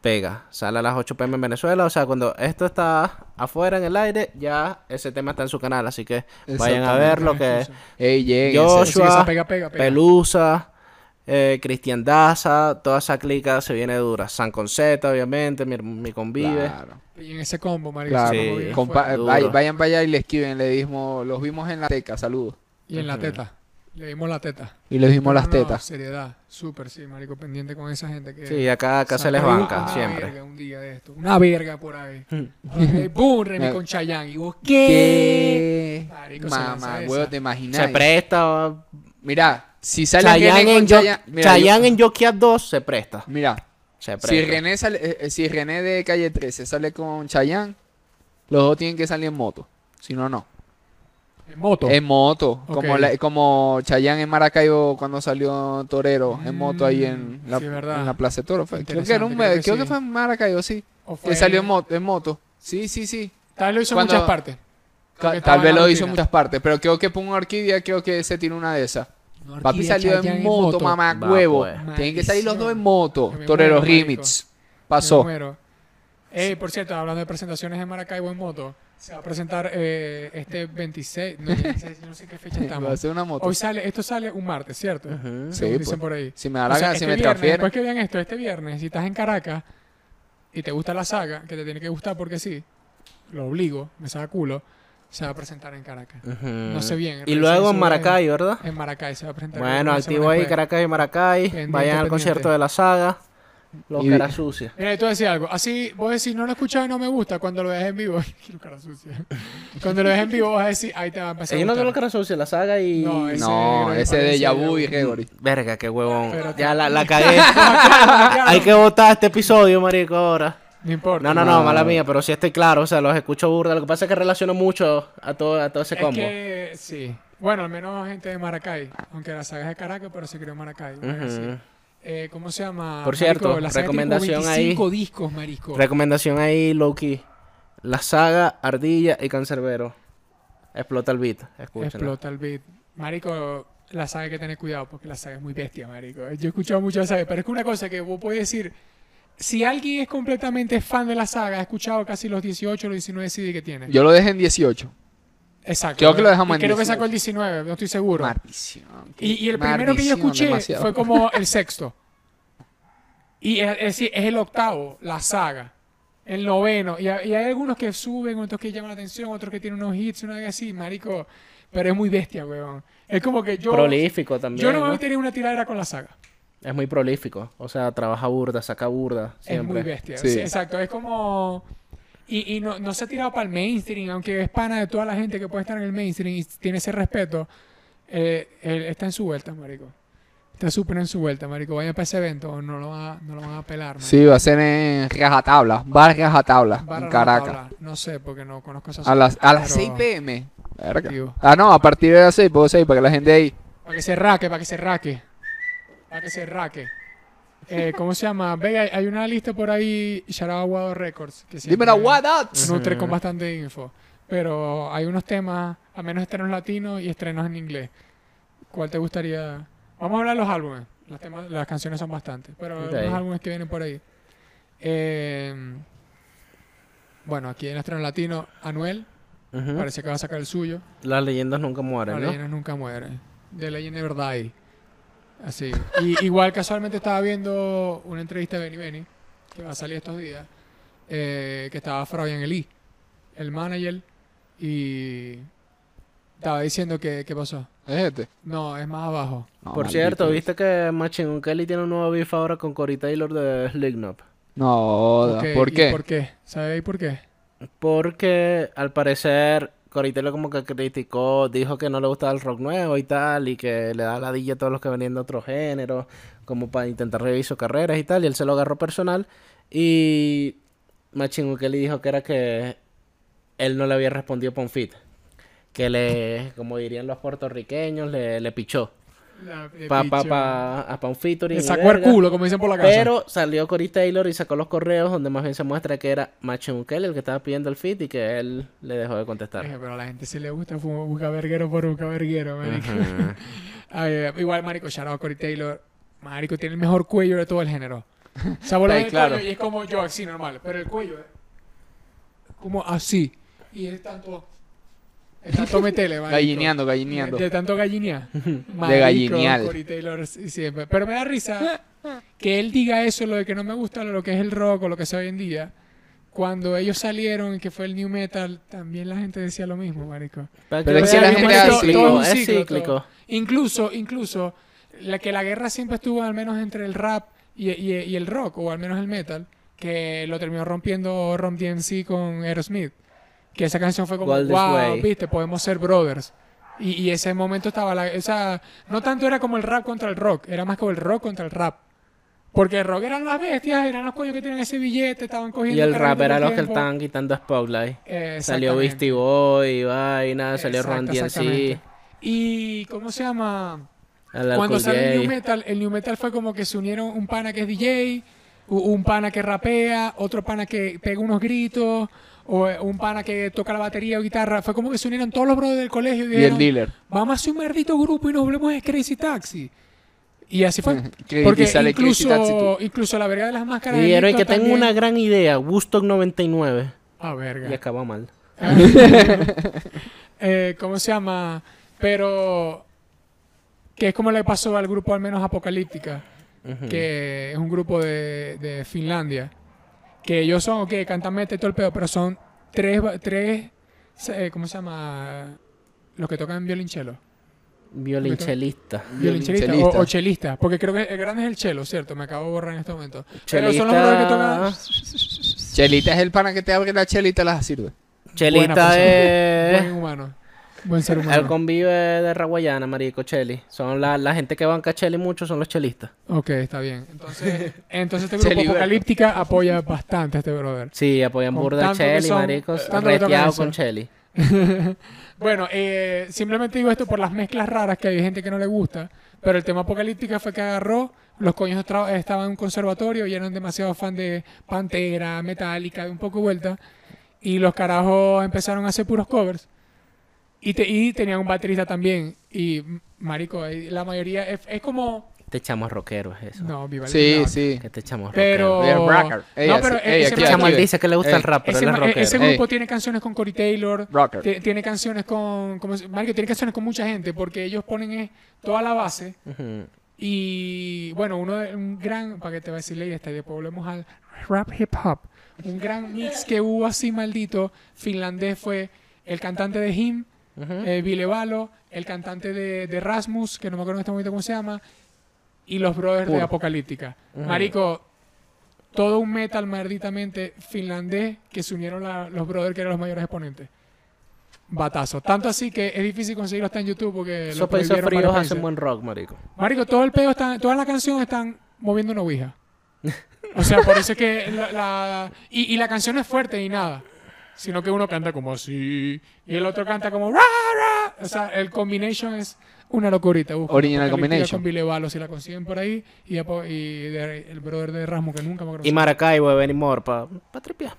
D: Pega. Sale a las 8 pm en Venezuela. O sea, cuando esto está afuera en el aire, ya ese tema está en su canal. Así que vayan a
E: Exactamente.
D: ver lo que
E: Ey, lleguen.
A: Sí, esa
D: Joshua,
A: pega, pega, pega.
D: Pelusa, eh, Cristian Daza, toda esa clica se viene dura. San Conceta, obviamente, mi, mi convive.
E: Claro.
A: Y en ese combo, marico.
E: claro.
A: ese combo bien
E: Compa-
A: fuerte.
E: eh,
D: Duro.
E: vay- vayan para allá y le escriben. Le dimos, los vimos en la teca, saludos.
A: Y en la teta. Le dimos la teta.
E: Y les dimos las
A: No, no,
E: tetas.
A: seriedad. Súper, sí, marico. Pendiente con esa gente que...
D: Sí, acá, acá se les
A: Saca
D: banca,
A: una
D: siempre. Mm.
A: verga un día de esto. Una verga por ahí. Eh, ¡Bum! Remy
E: Eh.
A: con Chayanne. Y vos, ¿qué?
E: ¿Qué?
A: Marico, se lanza
E: Mamá,
A: esa.
E: huevo, te
D: Se
E: imaginas.
D: presta.
E: Mira, si sale
D: Chayanne
E: René
D: en,
E: con
D: Yo-
E: Chayanne- Mira,
D: Chayanne
E: yo-
D: en Jokiat 2 se presta.
E: Mira,
D: Se presta.
E: si René, sale, eh, eh, si René de calle 13 sale con Chayanne, los dos tienen que salir en moto. Si no, no.
A: En moto.
E: En moto.
A: Ok.
E: Como, la- como Chayanne en Maracaibo cuando salió Torero en moto ahí en
A: Mm,
E: la,
A: sí, verdad.
E: en la Plaza de Toro. Fue. Creo que, era un,
A: Interesante, creo
E: creo
A: que
E: que,
A: sí.
E: fue en Maracaibo, sí.
A: O fue-
E: Que salió en moto, en moto. Sí, sí, sí.
A: Tal vez lo hizo
E: Cuando-
A: en muchas partes. Creo que
E: Ca-
A: estaba
E: Tal
A: en
E: vez
A: la
E: lo hizo en
A: rutina.
E: muchas partes, pero creo que por una orquídea, creo que se tiró una de esas.
A: Una
E: Papi
A: orquídea,
E: salió
A: Chayanne
E: en moto, mamá huevo.
D: Va, pues.
E: Tienen que salir los dos en
A: Maldición.
E: moto.
A: Que me
E: Torero
A: muero, marico.
E: Remix.
A: Me
E: Pasó.
A: muero. Ey, por cierto, hablando de presentaciones en Maracaibo en moto, se va a presentar eh, este 26, no, 26, yo no sé qué fecha
E: (laughs) Va a
A: estamos.
E: ser una moto.
A: Hoy sale, esto sale un martes, ¿cierto?
D: Ujú.
E: Sí,
A: Según
E: pues.
A: dicen por ahí.
E: Si me da la
A: O sea,
E: gana, si
A: este
E: me
A: viernes,
E: transfieren.
A: Después que vean esto, este viernes, si estás en Caracas y te gusta la saga, que te tiene que gustar porque sí, lo obligo, me saca culo, se va a presentar en Caracas. No sé bien.
D: Y luego
A: eso
D: en Maracay, ¿verdad?
A: En Maracay se va a presentar.
D: Bueno,
A: una
D: activo
A: semana
D: ahí
A: después.
D: Caracas y Maracay.
A: pues. Pendiente,
D: Vayan al
A: pendiente.
D: concierto de la saga. Los
E: Y-
D: cara sucia.
A: Mira, y tú decías algo. Así, vos decís, no lo he escuchado y no me gusta. Cuando lo ves en vivo, (laughs) quiero cara sucia. Cuando lo ves en vivo, vas a decir, ahí te va a empezar.
D: Ellos no
A: a
D: son los
A: gustar.
D: cara sucia, la saga y.
A: No, es- Ese
E: No,
A: creo que
E: ese de
A: parece
E: Yabu
A: Deja
E: y
A: Vu.
E: Gregory.
D: Verga, qué huevón.
A: Pero-
D: Ya
A: (laughs)
D: la, la cagué. Hay que votar este episodio, marico, ahora.
A: No importa.
D: No, no, no,
E: No.
D: mala mía, pero sí estoy claro, o sea, los escucho burda. Lo que pasa es que relaciono mucho a todo, a todo ese
A: Es
D: combo.
A: que, sí. Bueno, al menos gente de Maracay. Aunque la saga es de Caracas, pero se creó en Maracay. una vez así.
D: Ujú.
A: Eh, ¿Cómo se llama?
D: Por cierto,
A: Marico, la saga tiene como
D: recomendación ahí.
A: 25 discos, marico.
D: Recomendación ahí, Loki. La saga, Ardilla y Cancerbero. Explota el beat, escúchenlo.
A: Explota el beat. Marico, la saga hay que tener cuidado porque la saga es muy bestia, marico. Yo he escuchado mucho la saga, pero es que una cosa que vos podés decir, si alguien es completamente fan de la saga, ha escuchado casi los 18 o los 19 CD que tiene.
E: Yo lo dejé en 18.
A: Exacto.
E: creo que lo
A: Y
E: dejamos en
A: Creo que
E: 18.
A: sacó el 19, no estoy seguro.
E: Maldición.
A: Y, y el primero que yo
E: Maldición,
A: escuché
E: demasiado.
A: fue como
E: (laughs)
A: el sexto. Y es, es decir, es el octavo, la saga. El noveno. Y, ha- y hay algunos que suben, otros que llaman la atención, otros que tienen unos hits, una vez así, marico. Pero es muy bestia, weón. Es como que yo.
D: Prolífico también.
A: yo no me
D: ¿no?
A: tenía una tiradera con la saga.
D: Es muy prolífico. O sea, trabaja burda, saca burda.
A: Es
D: Siempre.
A: muy bestia.
E: Sí.
A: Sí, exacto. Es como. Y, y no, no se ha tirado para el mainstream, aunque es pana de toda la gente que puede estar en el mainstream y tiene ese respeto. eh, él está en su vuelta, marico. Está súper en su vuelta, marico. Vaya para ese evento, no lo van a, no lo van a pelar, marico.
E: Sí, va a ser en Rajatabla. Bar Rajatabla,
A: Barra
E: en Caracas.
A: Rajatabla. No sé, porque no conozco esas
E: A las, a las
A: pero-
E: 6 pm. Verga.
A: Tío.
E: Ah, no, a partir de las 6, puedo 6, para que la gente ahí.
A: Para que se raque, para que se raque. Para que se raque. Eh, ¿Cómo se llama? Ve, hay, hay una lista por ahí, Sharaba Guado Records. Que siempre-
E: Dímelo, what up?
A: nutre con bastante info. Pero hay unos temas, a menos estrenos latinos y estrenos en inglés. ¿Cuál te gustaría? Vamos a hablar de los álbumes. Los temas- las canciones son bastantes, pero
D: Ok.
A: los álbumes que vienen por ahí. Eh, bueno, aquí en estreno latino, Anuel,
D: Ujú.
A: parece que va a sacar el suyo.
D: Las leyendas nunca mueren,
A: Las
D: ¿no?
A: leyendas nunca mueren. De Legend Never Die. Así. Y (laughs) igual casualmente estaba viendo una entrevista de Benny Benny, que va a salir estos días, eh, que estaba Fabian Eli, el manager, y estaba diciendo que, ¿qué pasó.
E: ¿Es este?
A: No, es más abajo.
D: Por
E: No, Ah, maldito.
D: cierto, ¿viste que Machine Gun Kelly tiene un nuevo beef ahora con Cory Taylor de Slignop?
E: No, joda.
A: Ok,
E: ¿por
A: ¿y
E: qué?
A: ¿Por qué? ¿Sabéis por qué?
D: Porque al parecer Cory Taylor como que criticó, dijo que no le gustaba el rock nuevo y tal, y que le da ladilla a todos los que venían de otros géneros, como para intentar revivir sus carreras y tal, y él se lo agarró personal. Y Machine Gun Kelly dijo que era que él no le había respondido con fit. Que le, como dirían los puertorriqueños, le, le pichó. Pa, pa, pa, a pa un featuring.
A: Le
D: y
A: sacó el
D: verga.
A: culo, como dicen por la casa.
D: Pero salió Cory Taylor y sacó los correos donde más bien se muestra que era Machine Kelly el que estaba pidiendo el fit y que él le dejó de contestar.
A: Dije, pero a la gente sí le gusta fumar busca verguero por busca verguero, marico. Ay, eh, igual, marico, shout out a Corey Taylor. Marico, tiene el mejor cuello de todo el género. O sea, vos lo
E: Está ahí,
A: ves el
E: claro.
A: cuello y es como yo, así normal. Pero el cuello es como así. Y es tanto... Es tanto
E: (laughs)
A: metele, marico.
E: Gallineando, gallineando.
A: De tanto gallinear.
E: De gallineal.
A: Corey Taylor sí, siempre. Pero me da risa que él diga eso, lo de que no me gusta lo que es el rock o lo que es hoy en día. Cuando ellos salieron, que fue el new metal, también la gente decía lo mismo, marico.
E: Pero es que
A: Pero
E: la
A: es
E: gente
A: que
E: hace
A: todo-
E: ciclo,
A: todo un
D: es
A: ciclo,
D: cíclico.
A: todo. Incluso, incluso, la que la guerra siempre estuvo al menos entre el rap y, y- y el rock, o al menos el metal, que lo terminó rompiendo Rom DMC con Aerosmith. Que esa canción fue como,
D: Go This
A: wow,
D: Way".
A: viste, podemos ser brothers. Y, y ese momento estaba la... O sea, no tanto era como el rap contra el rock, era más como el rock contra el rap. Porque el rock eran las bestias, eran los coños que tenían ese billete, estaban cogiendo...
D: Y el
A: carrito
D: rap era
A: todo el
D: los que le
A: tiempo.
D: estaban quitando spotlight.
A: Eh,
D: Salió
A: exactamente.
D: Beastie Boy, vaina, salió
A: Exacto,
D: Ron DMC,
A: exactamente. Y ¿cómo se llama?
D: el
A: Cuando
D: Alcohol
A: sale el new
D: J.
A: metal, el new metal fue como que se unieron un pana que es DJ, u- un pana que rapea, otro pana que pega unos gritos, o eh, un pana que toca la batería o guitarra. Fue como que se unieron todos los brothers del colegio y
E: Y el
A: dijeron,
E: dealer.
A: vamos a hacer un merdito grupo y nos volvemos de Crazy Taxi. Y así fue.
E: Que
A: Porque
E: sale (laughs) Crazy Taxi
A: incluso, incluso la verga de las máscaras. de
D: Dijeron
A: Nito
D: que tengo
A: también-
D: una gran idea, Woodstock 99.
A: Ah, verga.
D: Y acabó mal.
A: Eh, ¿Cómo se llama? Pero que es como le pasó al grupo al menos Apocalíptica,
D: Hmm.
A: que es un grupo de, de Finlandia, que ellos son, ok, cantan mete y todo el pedo, pero son tres, ba- tres eh, ¿cómo se llama? Los que tocan violonchelo. Violonchelista
D: Violonchelista.
A: o,
E: Violonchelista.
A: o chelista, porque creo que el grande es el chelo, ¿cierto? Me acabo de borrar en este momento. Pero son los jugadores que tocan...
E: Chelita es el pana que te abre la chela y te las sirve.
A: Buena persona.
D: Chelista
A: (laughs) Buen
D: es.
A: humano. Buen ser
D: El
A: humano.
D: convive de Raguayana, marico, Cheli. Son la, la gente que banca Cheli mucho, son los chelistas.
A: Ok, está bien.
E: (laughs)
A: Entonces, entonces este
E: Se
A: grupo
E: libera.
A: apocalíptica apoya bastante a este brother. (laughs)
D: Sí, apoyan
A: Con
D: burda a
A: tanto que
D: Cheli,
A: son- eh,
D: marico.
A: tanto que tocan
D: Reteado
A: eso.
D: con Cheli.
A: Bueno, eh, simplemente digo esto por las mezclas raras que hay gente que no le gusta, pero el tema apocalíptica fue que agarró, los coños tra- estaban en un conservatorio y eran demasiado fan de Pantera, Metallica, de un poco de vuelta, y los carajos empezaron a hacer puros covers. Y, te- y tenían un baterista también, y m- marico, eh, la mayoría es, es como...
D: Te echamos rockero, Este es eso.
A: No, Vivaldi.
E: Sí,
A: no.
E: sí. Oh.
D: Que te echamos
A: Pero...
D: rockero.
E: They are rocker. Ey,
A: no,
E: así-
A: pero e-
E: ey,
A: ese
E: aquí,
D: Este chamo él
E: aquí,
D: dice que le gusta
E: Ey,
D: el rap, pero
A: Eh, Ese,
D: él es
A: ma- e-,
D: rockero.
A: ese
E: Ey.
A: grupo tiene canciones con Cory Taylor,
E: Rocker.
A: Ti- tiene canciones con. como se- marico, tiene canciones con mucha gente, porque ellos ponen eh, toda la base.
D: Ujú.
A: Y bueno, uno de un gran. Para que te voy a decirle, y esta, y después volvemos al rap hip hop. Un gran mix que hubo así, maldito, finlandés fue el cantante de Him, eh, Vilevalo, el cantante de, de Rasmus, que no me acuerdo en este momento cómo se llama, y los brothers de Apocalíptica. Marico, todo un metal malditamente finlandés que se unieron la- los brothers que eran los mayores exponentes. Batazo. Tanto así que es difícil conseguirlo hasta en YouTube porque lo
D: Esos países
A: prohibieron varios
D: fríos
A: países.
D: hacen buen rock, marico.
A: Marico, todo el pedo están, todas las canciones están moviendo una ouija. O sea, por eso es que la, la- y, y la canción no es fuerte ni nada. Sino que uno canta como así y el otro canta como ra, ra. O sea, el combination es una locurita. busca
E: Original
A: Apocalíptica
E: combination.
A: Con Vilevalo, si la consiguen por ahí. Y, apo- y de- el brother de Rasmus, que nunca me acuerdo.
D: Y Maracaibo de Benimor, pa, pa tripear.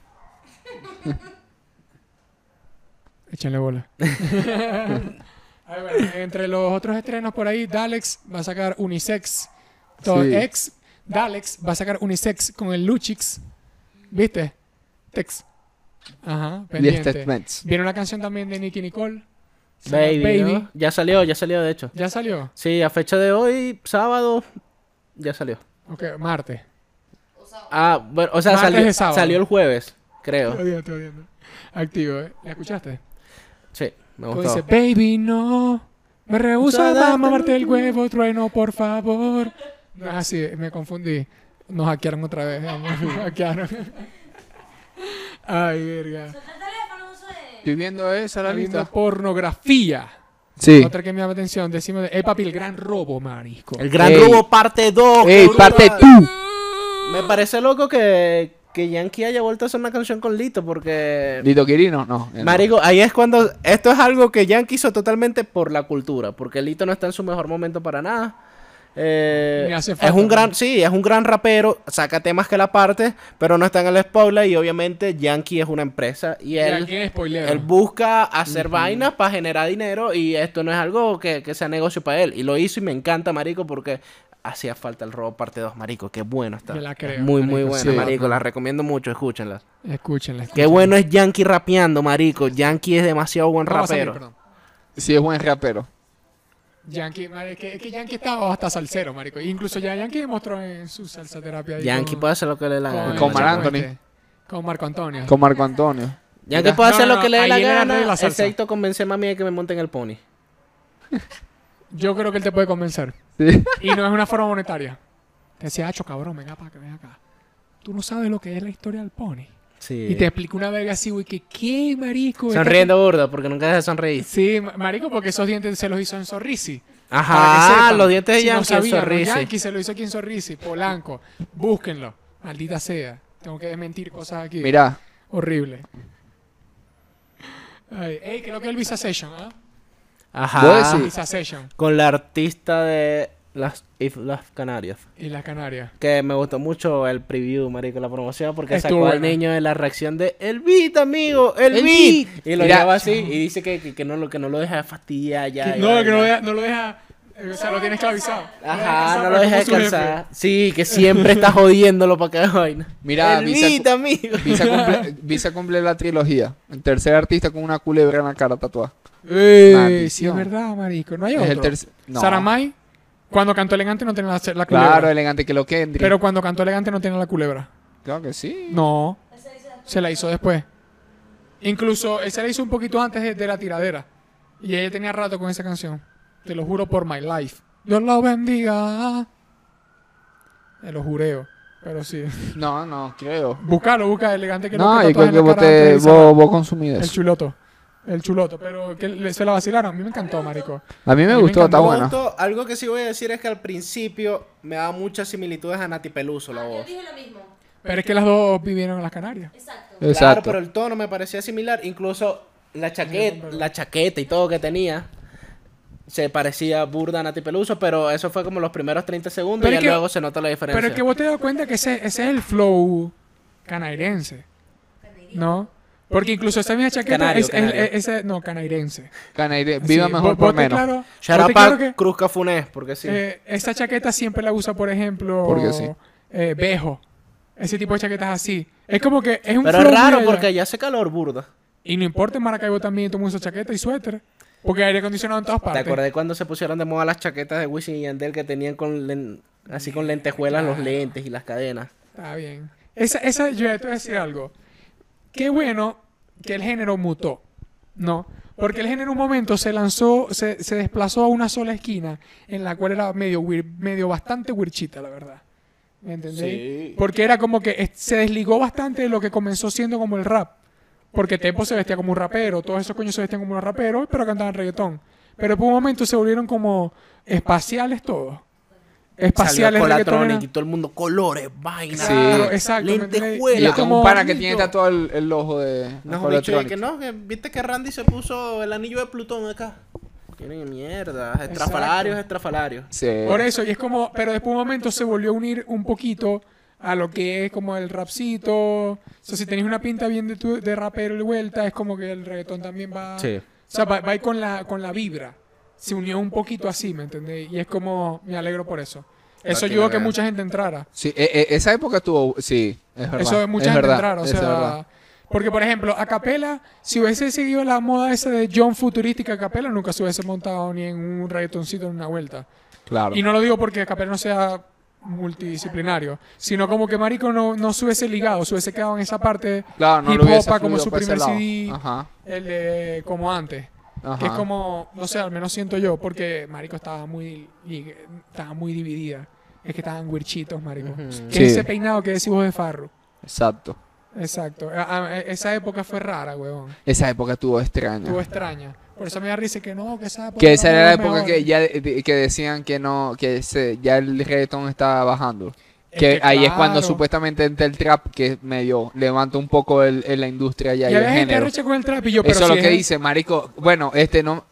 A: Échenle (laughs) bola. Ay, bueno, entre los otros estrenos por ahí, Dalex va a sacar Unisex. To-
E: Sí.
A: Ex, Dalex va a sacar Unisex con el Luchix. ¿Viste? Tex. Ajá,
E: The
A: pendiente.
E: Statements.
A: Viene una canción también de Nicky Nicole. se llama
D: Baby, ¿no? Ya salió, ya salió, de hecho.
A: ¿Ya salió?
D: Sí, a fecha de hoy, sábado, ya salió.
A: Ok, martes.
D: Ah, bueno, o sea,
A: Martes
D: salió,
A: de sábado. Pues,
D: salió el jueves,
A: Te
D: creo.
A: odio, te odio. Activo, ¿eh? ¿La escuchaste?
D: Sí, me
A: Como
D: gustó.
A: pues dice, baby, no. Me rehuso
D: Usa
A: a
D: darte
A: mamarte el
D: luz".
A: huevo, trueno, por favor. No es así, me confundí. Nos hackearon otra vez, amor, (laughs) nos hackearon. Ay, verga.
F: Suelta el teléfono, uso de.
E: Estoy viendo esa la
A: Está viendo
E: lista.
A: pornografía.
E: Sí.
A: Otra que me llama la atención, decimos, de, eh, papi, el gran robo, marisco.
D: El Gran
E: Ey.
D: Rubo parte 2.
E: Ey, parte tú.
A: Ah.
D: Me parece loco que, que Yankee haya vuelto a hacer una canción con Lito, porque...
E: Lito Quirino, no. él no.
D: Marico, ahí es cuando. Esto es algo que Yankee hizo totalmente por la cultura. Porque Lito no está en su mejor momento para nada. Eh,
A: Ni hace
D: es
A: falta,
D: un gran,
A: ¿no?
D: sí, es un gran rapero, saca temas que la parte, pero no está en el spotlight y obviamente Yankee es una empresa y
A: Ya,
D: él,
A: ¿quién es spoilero?
D: él busca hacer vainas para generar dinero y esto no es algo que, que sea negocio para él y lo hizo y me encanta, marico, porque hacía falta el robo parte 2, marico, qué bueno está.
A: Yo la creo,
D: muy muy
A: marico,
D: buena,
E: sí.
D: marico, la recomiendo mucho, escúchenla.
A: Escúchenla.
D: Qué bueno es Yankee rapeando, marico. Yankee es demasiado buen
A: No va a salir,
D: rapero.
A: perdón.
E: Sí, es buen rapero.
A: Yankee, marico, que, que Yankee estaba hasta salsero, marico. E Incluso ya Yankee demostró en su salsa terapia.
D: Yankee puede hacer lo que le dé la gana.
E: Con Marc
A: Marco
E: Anthony.
A: Con Marco Antonio.
E: Con Marco Antonio.
D: Yankee puede
A: No,
D: hacer
A: no,
D: lo que le
A: ahí
D: dé la
A: le
D: gana,
A: gané la salsa.
D: excepto convencer a mami de que me monten el pony.
A: Yo creo que él te puede convencer.
E: Sí.
A: Y no es una forma monetaria. Te decía, hacho, cabrón, venga para acá, ven acá. Tú no sabes lo que es la historia del pony.
D: Sí.
A: Y te explico una verga así, güey, que qué marico. Esta-
D: Sonriendo burda, porque nunca deja de sonreír.
A: Sí, ma- marico, porque esos dientes se los hizo en Sorrisi. Para que
D: Ajá,
A: sepan.
D: Ah, los dientes de
A: Si no
D: Yankee
A: sabían, los
D: sonrisa.
A: Yankee se lo hizo aquí en Sorrisi, Polanco. Búsquenlo. Maldita sea. Tengo que desmentir cosas aquí.
E: Mirá.
A: Horrible. Ay, ey, creo que el Visa Session, ¿ah?
E: ¿Vos
D: Ajá.
E: decís?
A: Visa Session.
D: Con la artista de las Islas Canarias.
A: Y las Canarias.
D: Que me gustó mucho el preview, marico, la promoción, porque
A: Estuvo
D: sacó al
A: buena.
D: niño de la reacción de El beat, amigo, el,
E: El
D: beat.
E: beat.
D: Y lo
E: Mira.
D: lleva así y dice que, que, que no, lo- que no lo deja de fastidiar ya.
A: Que-
D: y
A: no,
D: vaina.
A: que no lo deja, no lo deja. eh, O sea, lo tienes esclavizado.
D: Ajá, no lo deja
A: dejas
D: descansar. Sí, que siempre (laughs) está jodiéndolo para cada vaina.
E: Mira, Ah,
D: el
E: Visa-
D: beat, amigo.
A: (laughs)
E: Visa cumple, Visa cumple la trilogía. El tercer artista con una culebra en la cara tatuada.
A: Eh, sí, es
E: Maldición.
A: verdad, marico. No hay
E: Es
A: otro.
E: el tercer. No.
A: Saramay, cuando cantó elegante no tenía la, la culebra.
E: Claro, elegante que lo Kendrick.
A: pero cuando cantó elegante no tenía la culebra.
E: Claro que sí.
A: No. Se la hizo después. Incluso él se la hizo un poquito antes de, de la tiradera. Y ella tenía rato con esa canción. Te lo juro por my life. Dios lo bendiga. Te lo jureo. Pero sí. (laughs)
E: No, no, creo.
A: Búscalo, busca elegante que
E: No,
A: quita todas
E: yo creo
A: en
E: que
A: la
E: vos,
A: cara antes
E: te,
A: de
E: vos,
A: irse
E: vos consumís
A: a-
E: de
A: El
E: eso.
A: chuloto. El chuloto. Pero que le- se la vacilaron. A mí me encantó, marico.
E: A mí me
A: A mí me
E: gustó, está
A: encantó.
E: bueno.
D: Justo, Algo que sí voy a decir es que al principio me da muchas similitudes a Nati Peluso la
F: Yo
D: voz.
F: dije lo mismo.
A: Pero es que las dos vivieron en las Canarias.
F: Exacto.
E: Exacto.
D: Claro, pero el tono me parecía similar. Incluso la chaqueta, la chaqueta y todo que tenía se parecía burda a Nati Peluso, pero eso fue como los primeros 30 segundos
A: Pero
D: y
A: es
D: ya
A: que-
D: luego se nota la diferencia.
A: Pero es que vos te das cuenta que ese, ese es el flow canairense. ¿No? Porque incluso esa misma chaqueta
D: Canario,
A: es, es-
D: canario.
A: es- ese- no, canairense.
E: Canaire- viva
A: Sí,
E: mejor
A: vos-
E: por
A: vos te
E: menos.
A: claro-
D: Shout
A: vos
D: out
A: te
D: pa'
A: claro que,
D: Cruz Cafunés, porque sí.
A: eh, esa chaqueta siempre la usa, por ejemplo,
E: Porque sí.
A: eh, Bejo. Ese tipo de chaquetas así. Es como que es un
D: pero es
A: flow
D: raro
A: muy allá.
D: porque ya hace calor burda.
A: Y no importa, en Maracaibo también toma usa chaqueta y suéter. Porque hay aire acondicionado en todas
D: ¿Te
A: partes.
D: acordás cuando se pusieron de moda las chaquetas de Wisin y Yandel que tenían con len- así con lentejuelas los lentes y las cadenas?
A: Está bien. Esa, esa, yo te voy a decir algo. Qué bueno que el género mutó, ¿no? Porque el género en un momento se lanzó, se, se desplazó a una sola esquina en la cual era medio, wir- medio bastante wirchita, la verdad. ¿Me entendés? Porque era como que es- se desligó bastante de lo que comenzó siendo como el rap. Porque Tempo se vestía como un rapero, todos esos coños se vestían como unos raperos, pero cantaban reggaetón. Pero por un momento se volvieron como espaciales todos.
D: Salió
A: Espaciales
D: Colatronic
A: reggaetoneros.
D: y todo el mundo colores, vainas.
E: Sí.
A: Claro, exacto. ¿me entiendes?
D: lentejuela.
E: Y yo
D: Era
E: tengo un pana que tiene tatuado el, el ojo de
D: No,
E: Cola
D: bicho, y
E: Electronic.
D: que no, que viste que Randy se puso el anillo de Plutón acá. Tienen mierda, estrafalarios, estrafalarios.
E: Sí.
A: Por e- eso, y es como, pero después un momento se volvió a unir un poquito a lo que es como el rapcito. O sea, si tenés una pinta bien de, tu- de rapero y vuelta, es como que el reggaetón también va.
D: Sí.
A: O sea, va, va ahí con la, con la vibra. Se unió un poquito así, ¿me entendés? Y es como, me alegro por eso. Eso ayudó a que mucha gente entrara.
E: Sí, e- e- esa época tuvo. Sí, es verdad.
A: Eso de mucha
E: es
A: gente
E: verdad,
A: entrar, o
E: es
A: sea.
E: verdad.
A: Porque, por ejemplo, a capela, si hubiese seguido la moda esa de John Futurística a capela, nunca se hubiese montado ni en un reggaetoncito en una vuelta.
E: Claro.
A: Y no lo digo porque Capel no sea multidisciplinario, sino como que Marico no, no se hubiese ligado, se hubiese quedado en esa parte
E: claro, no
A: hip
E: lo hubiese
A: hopa como
E: fluido
A: su
E: por ese
A: primer
E: lado.
A: CD,
E: Ajá.
A: el de como antes.
E: Ajá.
A: Que es como, no sé, al menos siento yo, porque Marico estaba muy, lig- estaba muy dividida. Es que estaban huirchitos, Marico. Que
E: Sí.
A: ese peinado que decís vos de Farro.
E: Exacto.
A: Exacto. A- a- esa época fue rara, huevón.
E: Esa época tuvo extraña.
A: Estuvo extraña. Por eso me da risa que no, que esa época.
E: Que esa
A: no
E: era la
A: es
E: época
A: mejor.
E: que ya de- de- que decían que no, que se, ya el reggaetón estaba bajando.
A: Es
E: que
A: que
E: ahí es cuando
A: claro.
E: supuestamente entra el trap que medio levanta un poco el, el- la industria ya
A: Y
E: y el
A: había gente
E: género.
A: arrecha con el trapillo, pero
E: Eso es lo
A: si
E: que dice, marico. Bueno, este no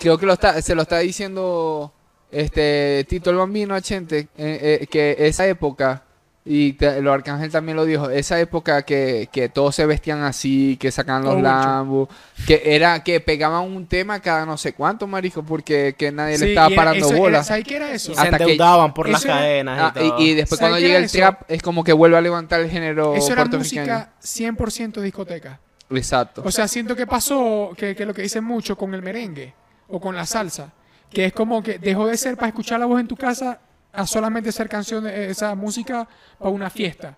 E: creo que lo está se lo está diciendo este Tito el Bambino a Chente eh, eh, que esa época y te- lo Arcángel también lo dijo, esa época que, que todos se vestían así, que sacaban los
A: Todo bucho.
E: lambos, que era que pegaban un tema cada no sé cuánto, marico, porque que nadie
A: Sí,
E: le estaba
A: y era-
E: parando
A: eso- era-
E: bolas.
A: ¿Sabes qué era eso?
D: Y se
E: Hasta que-
D: endeudaban por las
A: Eso era-
D: cadenas
E: Ah,
D: y todo.
E: y, y después
A: ¿Sabes
E: cuando
A: qué
E: llega
A: era
E: el
A: eso?
E: trap es como que vuelve a levantar el género
A: Eso era
E: puertorriqueño.
A: música 100% discoteca.
E: Exacto.
A: O sea, siento que pasó, que, que lo que dicen mucho con el merengue o con la salsa, que es como que dejó de ser para escuchar la voz en tu casa a solamente ser canción, eh, esa música para una fiesta.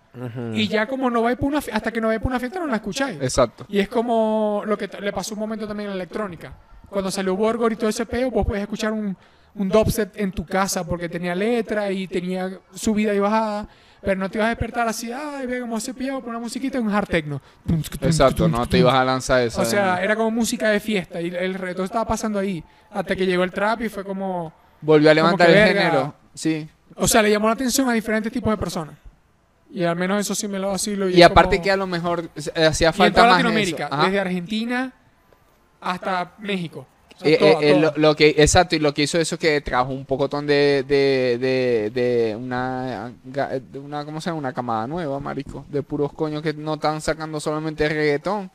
A: Y ya como no vais para una fiesta, hasta que no vais para una fiesta no la escucháis. (laughs)
E: Exacto.
A: Y es como lo que t- le pasó un momento también a la electrónica. Cuando salió Borgor y todo ese peo, vos podías escuchar un, un dubstep en tu casa porque tenía letra y tenía subida y bajada. Pero no te ibas a despertar así, ay, ve cómo se pillado por una musiquita y un hard techno.
E: Exacto, no te ibas a lanzar esa.
A: O sea, era como música de fiesta y el reto estaba pasando ahí. Hasta que llegó el trap y fue como.
E: volvió a levantar
A: como
E: el
A: que verga.
E: género. Sí.
A: O sea, le llamó la atención a diferentes tipos de personas. Y al menos eso sí me lo así lo
E: Y aparte que a lo mejor eh,
A: Y
E: hacía
A: en
E: falta
A: toda
E: más
A: Latinoamérica,
E: eso. Ajá.
A: desde Argentina hasta México. O sea,
E: Eh,
A: toda,
E: eh, eh,
A: toda.
E: lo, lo que exacto y lo que hizo eso es que trajo un pocotón de de, de, de una ga- de una cómo se llama una camada nueva marico de puros coños que no están sacando solamente reggaetón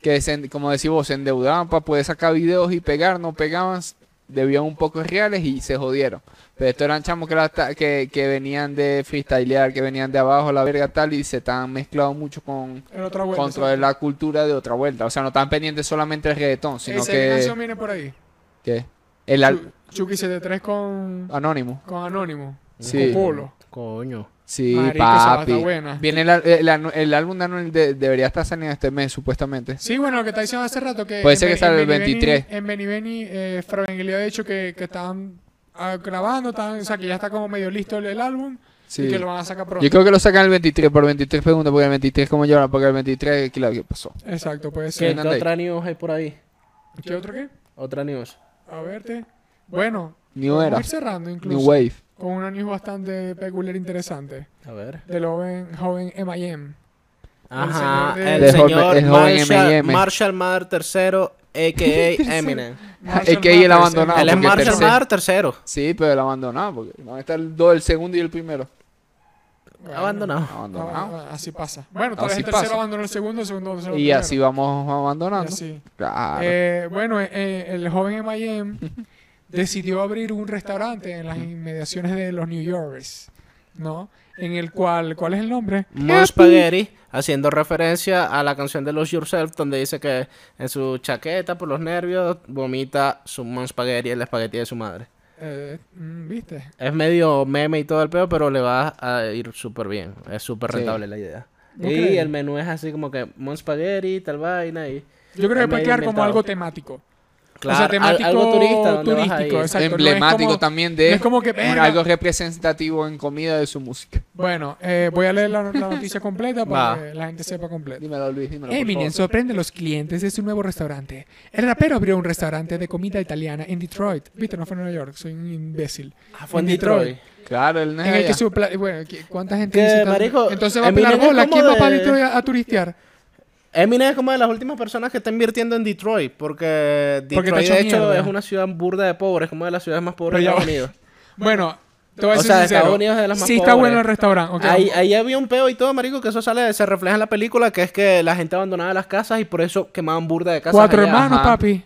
E: que se en- como decís vos se endeudaban para poder sacar videos y pegar no pegaban s- debían un poco reales y se jodieron pero estos eran chamos que, la ta- que, que venían de freestylear que venían de abajo la verga tal y se estaban mezclado mucho con
A: En otra vuelta.
E: contra la cultura de otra vuelta o sea no estaban pendientes solamente del reggaetón
A: sí.
E: sino
A: Esa
E: que,
A: canción viene por ahí.
E: que el al-
A: Chu- Chucky 73 con,
E: Anónimo.
A: con Anónimo.
E: Sí.
A: Con Polo.
D: Coño.
E: Sí,
A: Marico, esa va a
E: papi.
A: estar buena.
E: Viene el, al- el anu- el álbum de Anuel de- debería estar saliendo este mes, supuestamente.
A: Sí, bueno, lo que está diciendo hace rato que...
E: Puede
A: en
E: ser que
A: Beni-
E: salga
A: en
E: el
A: Beni Beni-
E: 23.
A: En Benny Benny, eh, Frangeli ha dicho que, que estaban ah, grabando, estaban- o sea, que ya está como medio listo el, el álbum
E: Sí.
A: y que lo van a sacar pronto.
E: Yo creo que lo sacan el 23 por 23 preguntas, porque el 23 como lloran, porque el 23 ¿qué la- qué pasó.
A: Exacto, puede
D: ¿Qué,
A: ser.
D: qué
E: Sí. Nandai.
D: otra news hay por ahí?
A: ¿Qué, otro qué?
D: Otra news.
A: A verte. Bueno,
E: New
A: vamos a
E: Era,
A: ir cerrando incluso.
E: New Wave.
A: Con una news bastante peculiar e interesante.
D: A ver.
A: Del joven, joven M.I.M. señor
D: Ajá,
A: de-
D: el
A: El
E: joven-
D: señor
E: el joven
D: Marshall,
E: M&M.
D: Marshall Maher (laughs) III, a.k.a. Eminem.
E: Ah, Es que ahí el abandonado.
D: Él es
E: porque
D: Marshall
E: tercero.
D: Maher III.
E: Sí, pero el abandonado, porque no está el, do- el segundo y el primero.
A: Bueno,
D: Abandonado.
E: Abandonado.
A: ah, así pasa. Bueno, tal vez
E: Así
A: el tercero
E: pasa.
A: abandonó el segundo, el segundo abandonó el
E: Y
A: primero.
E: así vamos
A: Y
E: abandonando.
A: así.
E: Claro.
A: Eh, bueno, eh, eh, el joven
E: (laughs)
A: M.I.M. decidió abrir un restaurante en las inmediaciones de los New Yorkers, ¿no? En el cual, ¿cuál es el nombre?
D: Mon Spaghetti, haciendo referencia a la canción de Los Yourself, donde dice que en su chaqueta, por los nervios, vomita su Mon Spaghetti, el espagueti de su madre.
A: Eh, mm, ¿Viste?
D: Es medio meme y todo el pedo, pero le va a ir súper bien. Es súper
E: Sí.
D: rentable la idea.
A: ¿No
D: y
A: crees?
D: el menú es así como que Mon Spaghetti, tal vaina y...
A: Yo creo que puede
D: Es medio
A: quedar como
D: inventado.
A: algo temático.
D: Claro,
A: o sea,
D: al-
A: temático
D: algo turista, donde vas a
A: turístico,
D: ir.
A: exacto, no es
E: Emblemático
A: como-
E: también
A: no
E: de
A: es como que,
E: bueno,
A: verga.
E: algo representativo en comida de su música.
A: Bueno, eh, voy a leer la, la noticia completa para
D: Va.
A: que la gente sepa completa.
E: Dímelo, Luis, dímelo. por
A: Eminem
E: favor.
A: sorprende a los clientes de su nuevo restaurante. El rapero abrió un restaurante de comida italiana en Detroit. Viste, no fue en Nueva York, soy un imbécil.
D: Ah, fue en Detroit.
E: Claro, él no es
A: En el
E: allá.
A: que su pla- bueno, ¿qué- ¿cuánta gente
D: Que,
A: dice tanto?
D: marico,
A: Entonces va a
D: Eminem
A: pelar
D: es
A: bola.
D: como
A: ¿Quién va para
D: de-
A: Detroit a, a turistear?
D: Eminem es como de las últimas personas que está invirtiendo en Detroit, porque Detroit
A: Porque está hecho
D: de hecho
A: mierda.
D: es una ciudad burda de pobres, como de las ciudades más pobres de
A: Pero ya
D: Estados
A: va.
D: Unidos.
A: Bueno, te voy a
D: O
A: ser
D: sea,
A: sincero.
D: Estados Unidos es de las más
A: sí está
D: pobres.
A: bueno el restaurante. ok.
D: Ahí, ahí había un peo y todo, marico, que eso sale, se refleja en la película, que es que la gente abandonaba las casas y por eso quemaban burda de casas.
A: Cuatro
D: allá.
A: hermanos,
E: ajá.
A: papi.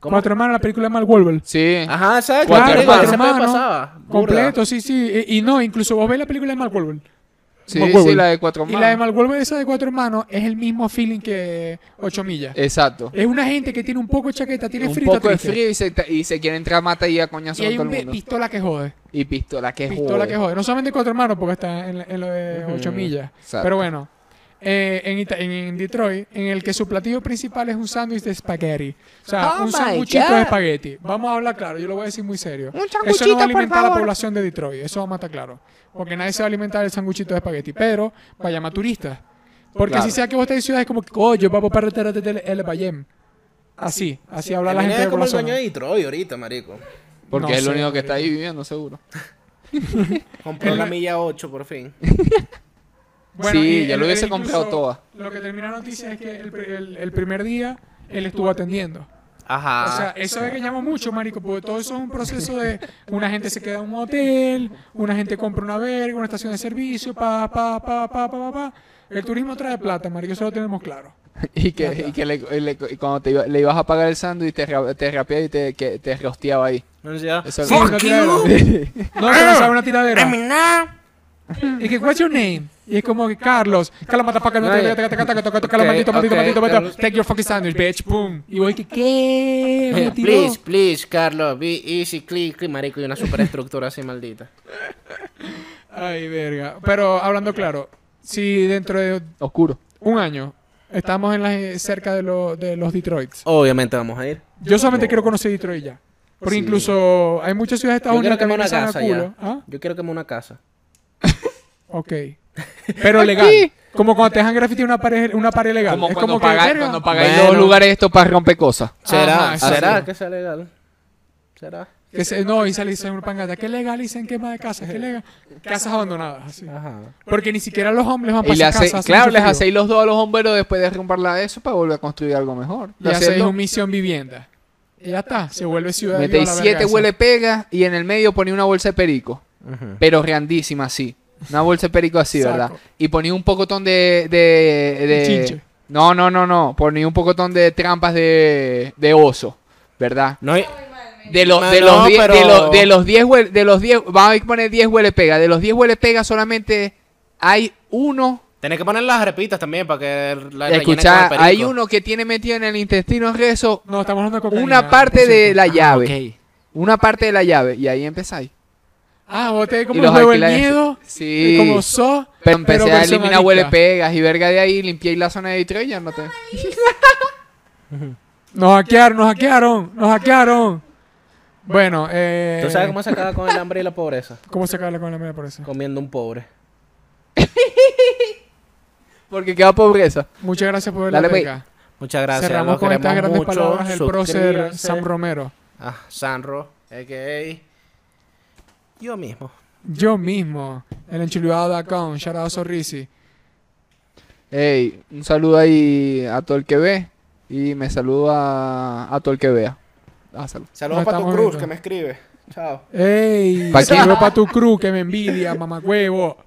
D: ¿Cómo?
A: Cuatro hermanos, la película de Mal Wolver.
E: Sí.
D: Ajá, exacto.
E: Cuatro
D: marico,
E: hermanos.
D: ese peo
A: Hermano,
D: pasaba. burda.
A: Completo, sí, sí. Y, y no, incluso vos ves la película de Mark Wahlberg.
E: Sí,
A: Mark
E: sí,
A: Wahlberg.
E: la de cuatro
A: Y la de
E: manos.
A: Mark Wahlberg, esa de cuatro hermanos, es el mismo feeling que Ocho Millas.
E: Exacto.
A: Es una gente que tiene un poco de chaqueta, tiene
E: un
A: frío, está
E: poco de
A: triste.
E: frío y se, ta- y se quiere entrar a mata y a coñazo
A: Y hay
E: con todo el
A: una
E: mundo.
A: pistola que jode.
E: y pistola que
A: Pistola
E: joder.
A: que jode. No solamente cuatro hermanos, porque está en, la- en lo de
D: Ujú,
A: Ocho Millas.
E: exacto.
A: Pero bueno. eh, en, Ita- en- en Detroit, en el que su platillo principal es un sándwich de espagueti. O sea,
B: Oh
A: un
B: my
A: sanguchito
B: God.
A: de espagueti. Vamos a hablar claro, yo lo voy a decir muy serio.
B: Un
A: Eso no
B: sanguchito,
A: va a
B: por
A: alimentar a la
B: favor.
A: población de Detroit, eso vamos a estar claro. Porque nadie se va a alimentar del sanguchito de espagueti, pero va a llamar turistas. Porque
E: Claro.
A: así sea que vos estés en ciudades como que, coño, vamos para el terreno del El Bayem. Así, así habla la
D: Eminem
A: gente de
D: es como el
A: Colosona.
D: dueño de Detroit ahorita, marico.
E: Porque
A: No
E: es el
A: sé,
E: único que está
A: marico.
E: ahí viviendo, (laughs) seguro.
D: Compró
A: El-
D: la milla 8 por fin.
E: Sí,
A: y
E: yo
A: él-
E: lo hubiese
A: él
E: comprado
A: incluso-
E: toda.
A: Lo que termina la noticia es que el, pr- el- el primer día él estuvo atendiendo.
E: Ah.
D: Ajá.
A: o sea, eso es que llama mucho, marico, porque todo eso es un proceso de una gente se queda en un hotel, una gente compra una verga, una estación de servicio, pa, pa, pa, pa, pa, pa, pa. El turismo trae plata, marico, eso lo tenemos claro.
E: Y que, y que le, le- y cuando te iba- le ibas a pagar el sándwich, te, ra- te rapeaba y te, que, te rosteaba ahí.
D: No sé, ya.
E: Eso
A: Sí, una tiradera. No, pero esa es una tiradera.
B: Eminem.
A: Y que, what's your name? Y es como que Carlos, Carlos matapaca, no te
D: Ay.
A: te- te- te- te- te- te- te- Carlos,
D: Ok,
A: maldito, maldito,
D: ok,
A: maldito, maldito.
D: Carlos.
A: Take your fucking sandwich, bitch, boom. Y voy que, ¿qué? Me tiró.
D: Eh, Please, please, Carlos, be easy, click, click, marico, y una superestructura así maldita.
A: Ay, verga. Pero hablando claro, si dentro de
E: (laughs) Oscuro.
A: un año estamos en las cerca de, lo- de los Detroits,
D: Obviamente vamos a ir.
A: yo solamente quiero conocer Detroit ya. Porque
E: Sí.
A: incluso hay muchas ciudades de Estados
D: Yo quiero
A: Unidos que
D: quemar
A: me
D: una
A: a
D: casa
A: culo.
D: ya.
A: ¿Ah?
D: Yo quiero quemar una casa.
A: Ok. Pero legal. Como cuando te dejan graffiti una pared, una pared legal.
E: (laughs) Como
A: es
E: cuando
A: como
E: paga-
A: que, verga,
E: cuando pagáis los
D: Bueno.
E: lugares estos para romper cosas.
D: ¿Será?
A: Ajá,
D: ¿Será
A: exacto.
D: que sea legal? ¿Será?
A: que se- no, y sale y se un pangata. ¿Qué legalicen quema de casas? ¿Qué legal? Casas abandonadas. así.
D: Ajá.
A: Porque ni siquiera los hombres van
E: Ah, Y
A: para
E: le
A: esas
E: hace,
A: casas.
E: claro, les
A: hacen
E: hacéis los dos a los bomberos después de romperla de eso para volver a construir algo mejor.
A: Y hacéis
E: Hacerlo,
A: un misión vivienda. Y ya está. Se vuelve ciudad. viva
E: metéis
A: la verga
E: siete
A: esa.
E: huele pega y en el medio ponéis una bolsa de perico. Pero grandísima así. Una bolsa de perico así,
A: Saco.
E: ¿verdad? Y ponéis un pocotón de... de, de-
A: Chinche.
E: no, no, no, no. Ponéis un pocotón de trampas de, de oso, ¿verdad?
D: No hay...
E: De los,
D: No,
E: de, los
D: no,
E: die- de,
D: pero-
E: los, de los 10 huele- de los 10 vamos a poner 10 huele pega, de los 10 huele pega solamente hay uno,
D: Tenés que poner las repitas también para que la rellenen
E: escuchá,
D: con el
E: hay
D: perico.
E: uno que tiene metido en el intestino reso
A: No, estamos hablando de cocaína,
D: Ah,
E: una parte
A: por
E: de
A: cierto.
E: la llave,
D: Ok.
E: una parte de la llave y ahí empezáis.
A: Ah, vos te como
E: y
A: el
E: los
A: juego el
E: alquileres-
A: miedo. eh,
E: Sí.
A: Como sos.
E: Pero empecé
A: pero
E: a eliminar huele
A: personalista.
E: pegas y verga de ahí, limpié ahí la zona de Detroit y ya no te.
A: Nos hackearon, nos hackearon, nos hackearon. Bueno, eh.
D: ¿Tú sabes cómo se acaba con el hambre y la pobreza?
A: ¿Cómo se acaba la- con la media por eso?
D: Comiendo un pobre.
E: Porque queda pobreza.
A: Muchas gracias por ver la
E: Dale, pues. güey.
A: beca.
D: Muchas gracias.
A: Cerramos
D: los
A: con estas
D: queremos
A: grandes
D: mucho.
A: palabras del prócer
D: Suscríbanse.
A: Sam Romero.
D: Ah, Sanro, a.k.a. Yo mismo.
A: Yo mismo, el enchiludado.com, Sharado Sorrisi.
E: Ey, un saludo ahí a todo el que ve. Y me saluda a todo el que vea. Ah, salud.
A: Nos
D: Saludos para tu
A: estamos
D: cruz
A: viendo.
D: que me escribe. Chao.
A: ¡Ey!
E: Pa' aquí.
A: (laughs) Saludos para tu crew que me envidia, mamacuevo.